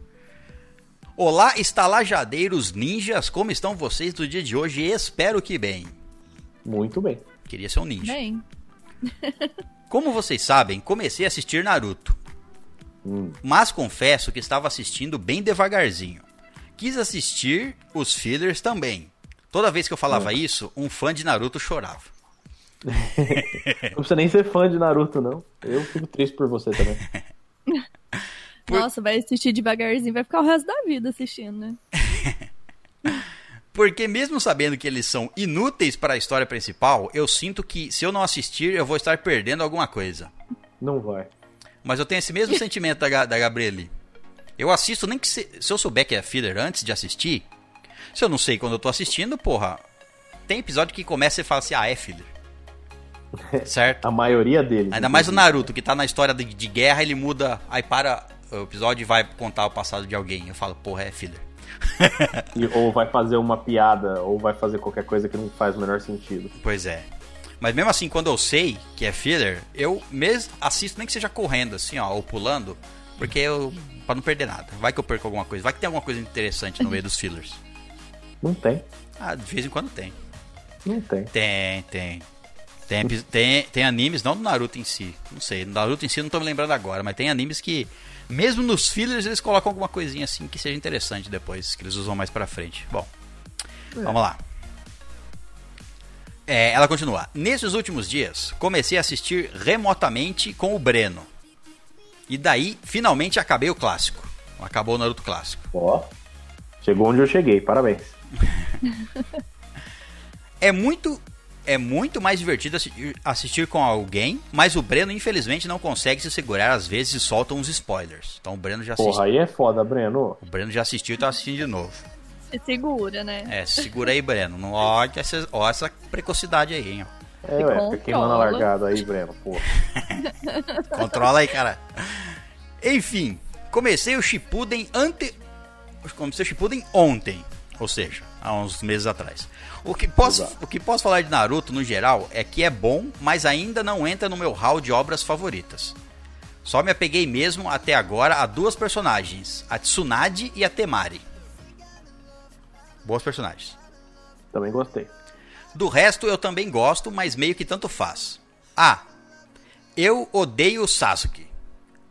A: Olá, estalajadeiros ninjas, como estão vocês do dia de hoje? Espero que bem.
C: Muito bem.
A: Queria ser um ninja.
B: Bem,
A: Como vocês sabem, comecei a assistir Naruto.
C: Hum.
A: Mas confesso que estava assistindo bem devagarzinho. Quis assistir os fillers também. Toda vez que eu falava isso, um fã de Naruto chorava. É.
C: Não precisa nem ser fã de Naruto, não. Eu fico triste por você também.
A: Por-
B: nossa, vai assistir devagarzinho, vai ficar o resto da vida assistindo, né?
A: Porque mesmo sabendo que eles são inúteis para a história principal, eu sinto que se eu não assistir, eu vou estar perdendo alguma coisa.
C: Não vai.
A: Mas eu tenho esse mesmo sentimento da, Ga- da Gabriele. Eu assisto nem que se, se eu souber que é filler antes de assistir. Se eu não sei quando eu tô assistindo, porra. Tem episódio que começa e fala assim, ah, é filler. Certo?
C: A maioria deles.
A: Ainda mais o Naruto, que tá na história de, de guerra, ele muda, aí para o episódio e vai contar o passado de alguém. Eu falo, porra, é filler.
C: E- ou vai fazer uma piada, ou vai fazer qualquer coisa que não faz o menor sentido.
A: Pois é. Mas mesmo assim, quando eu sei que é filler, eu mesmo assisto nem que seja correndo, assim, ó, ou pulando, porque eu. pra não perder nada. Vai que eu perco alguma coisa, vai que tem alguma coisa interessante no meio dos fillers.
C: Não tem.
A: Ah, de vez em quando tem.
C: Não tem.
A: Tem, tem. Tem, epi- tem, tem animes, não do Naruto em si. Não sei, do Naruto em si eu não tô me lembrando agora, mas tem animes que, mesmo nos fillers, eles colocam alguma coisinha assim que seja interessante depois, que eles usam mais pra frente. Bom, vamos lá. É, ela continua. Nesses últimos dias, comecei a assistir remotamente com o Breno. E daí, finalmente, acabei o clássico. Acabou o Naruto clássico.
C: Ó. Chegou onde eu cheguei, parabéns.
A: É muito é muito mais divertido assi- assistir com alguém, mas o Breno infelizmente não consegue se segurar às vezes e solta uns spoilers. Então o Breno já assistiu.
C: Porra, aí é foda, Breno.
A: O Breno já assistiu e tá assistindo de novo.
B: Se segura, né?
A: É, segura aí, Breno. Não, ó, essa, ó essa precocidade aí, hein? ó.
C: É,
B: Se
C: ué,
B: controla.
C: fica queimando a largada aí, Breno, porra.
A: Controla aí, cara. Enfim, comecei o Shippuden ante... Comecei o Shippuden ontem, ou seja, há uns meses atrás. O que, posso,
C: Exato.
A: o que posso falar de Naruto, no geral, é que é bom, mas ainda não entra no meu hall de obras favoritas. Só me apeguei mesmo, até agora, a duas personagens, a Tsunade e a Temari. Boas personagens.
C: Também gostei.
A: Do resto eu também gosto, mas meio que tanto faz. Ah, eu odeio o Sasuke.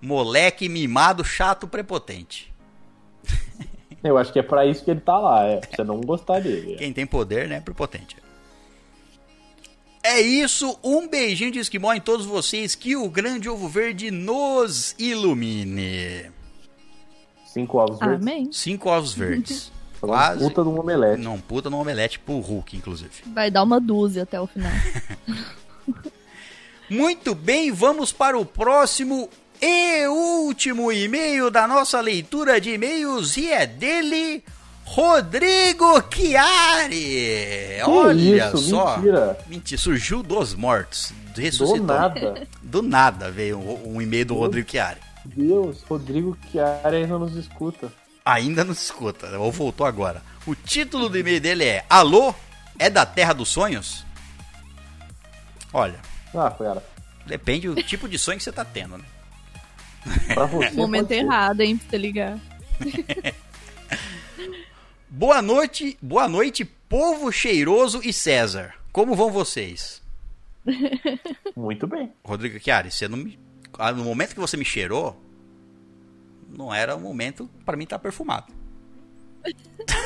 A: Moleque mimado, chato, prepotente.
C: Eu acho que é pra isso que ele tá lá, é. Pra você não gostar dele. é.
A: Quem tem poder, né? Prepotente. É isso, um beijinho de esquimó em todos vocês, que o grande ovo verde nos ilumine.
C: Cinco ovos verdes.
B: Amém.
A: Cinco ovos verdes.
C: Falando
A: Quase.
C: Puta de um omelete.
A: Não, puta no omelete pro Hulk, inclusive.
B: Vai dar uma dúzia até o final.
A: Muito bem, vamos para o próximo e último e-mail da nossa leitura de e-mails e é dele, Rodrigo Chiari.
C: Que
A: Olha
C: isso,
A: só.
C: mentira.
A: Mentira, surgiu dos mortos.
C: Do
A: Ressuscitou.
C: nada.
A: Do nada veio um um e-mail do Rodrigo Chiari.
C: Deus, Rodrigo Chiara ainda nos escuta.
A: Ainda não se escuta, né? ou voltou agora. O título do e-mail dele é Alô, é da Terra dos Sonhos? Olha,
C: Ah, cara.
A: depende do tipo de sonho que você tá tendo, né?
C: Pra você.
B: Momento
C: pode ser.
B: errado, hein, pra você ligar.
A: Boa noite, boa noite, povo cheiroso e César. Como vão vocês?
C: Muito bem.
A: Rodrigo Chiari, você não me... ah, no momento que você me cheirou, não era o momento pra mim estar perfumado.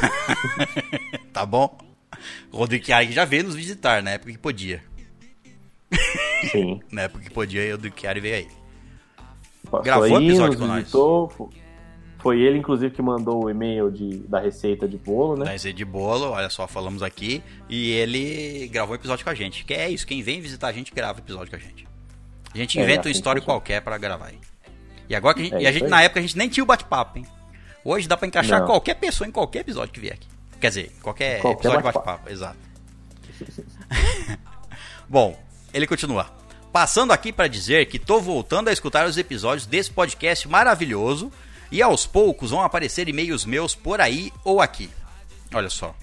A: tá bom? Rodrigo Chiari que já veio nos visitar na época que podia.
C: Sim.
A: Na época que podia, o Rodrigo Chiari veio aí.
C: Passou
A: Gravou
C: aí,
A: episódio
C: nos
A: com nós.
C: visitou, fo- Foi ele, inclusive, que mandou o e-mail de, da receita de bolo, né?
A: Mas é de bolo, olha só, falamos aqui. E ele gravou um episódio com a gente. Que é isso, quem vem visitar a gente grava episódio com a gente. A gente
C: É,
A: inventa
C: assim
A: uma história
C: funciona.
A: qualquer pra gravar aí. E agora que a gente,
C: É
A: e a
C: isso
A: gente
C: aí.
A: na época a gente nem tinha o bate-papo, hein? Hoje dá pra encaixar
C: Não.
A: qualquer pessoa em qualquer episódio que vier aqui. Quer dizer, qualquer,
C: Qualquer
A: episódio de
C: bate-papo.
A: bate-papo, exato. Bom, ele continua. Passando aqui para dizer que tô voltando a escutar os episódios desse podcast maravilhoso e aos poucos vão aparecer e-mails meus por aí ou aqui. Olha só.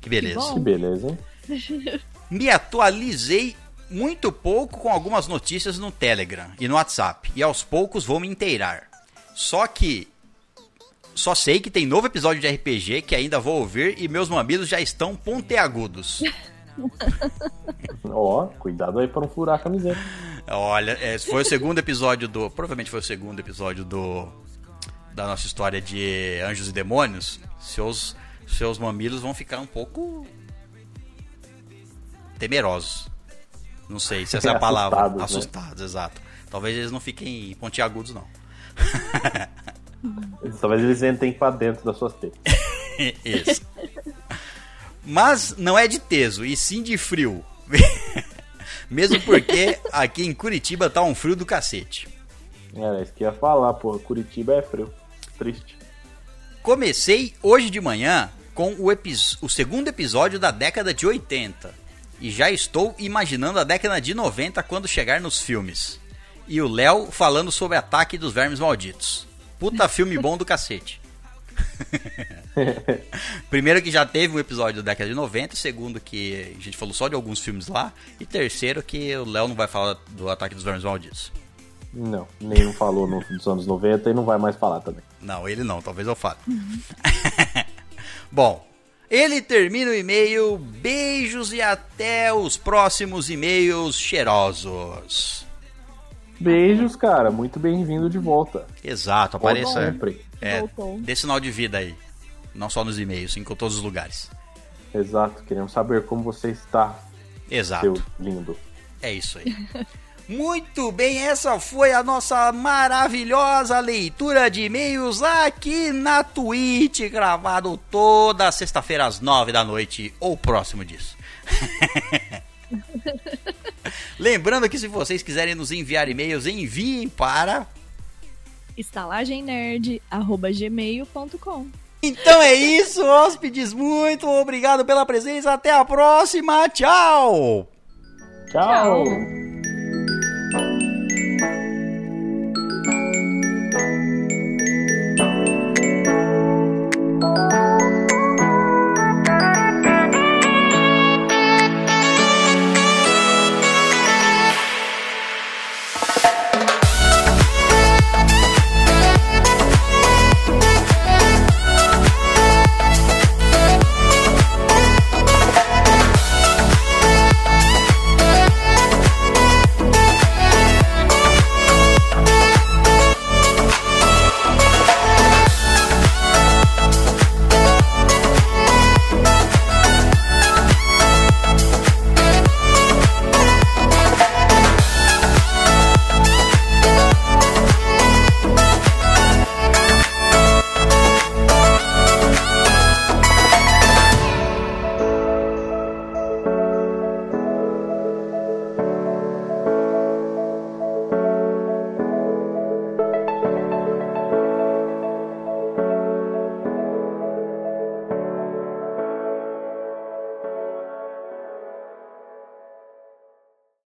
A: Que beleza.
B: bom.
C: Que beleza, hein?
A: Me atualizei muito pouco com algumas notícias no Telegram e no WhatsApp e aos poucos vou me inteirar. Só que só sei que tem novo episódio de RPG que ainda vou ouvir e meus mamilos já estão ponteagudos.
C: Ó, cuidado aí pra não furar a camiseta.
A: Olha, é, foi o segundo episódio do. Provavelmente foi o segundo episódio do. Da nossa história de anjos e demônios. Seus, seus mamilos vão ficar um pouco. temerosos. Não sei se essa é a palavra.
C: Assustados, né?
A: Assustados, exato. Talvez eles não fiquem pontiagudos, não.
C: Talvez eles entrem pra dentro das suas tetas.
A: Isso. Mas não é de teso, e sim de frio. Mesmo porque aqui em Curitiba tá um frio do cacete.
C: Era isso que eu ia falar, porra. Curitiba é frio. Triste.
A: Comecei hoje de manhã com o, epis- o segundo episódio da década de 80. E já estou imaginando a década de 90 quando chegar nos filmes. E o Léo falando sobre ataque dos vermes malditos. Puta filme bom do cacete. Primeiro que já teve um episódio da década de 90, segundo que a gente falou só de alguns filmes lá, e terceiro que o Léo não vai falar do ataque dos vermes malditos.
C: Não, nem não falou no, dos anos 90 e não vai mais falar também.
A: Não, ele não, talvez eu fale. Bom, ele termina o e-mail. Beijos e até os próximos e-mails cheirosos.
C: Beijos, cara. Muito bem-vindo de volta.
A: Exato,
C: Volte
A: apareça.
C: sempre.
A: É,
B: Voltou.
A: dê sinal de vida aí. Não só nos e-mails, sim, em todos os lugares.
C: Exato. Queremos saber como você está.
A: Exato.
C: seu lindo.
A: É isso aí. Muito bem, essa foi a nossa maravilhosa leitura de e-mails aqui na Twitch, gravado toda sexta-feira às nove da noite ou próximo disso. Lembrando que se vocês quiserem nos enviar e-mails, enviem para.
B: estalagemnerd.gmail.com
A: Então é isso, hóspedes, muito obrigado pela presença, até a próxima, tchau!
C: Tchau.
B: Tchau.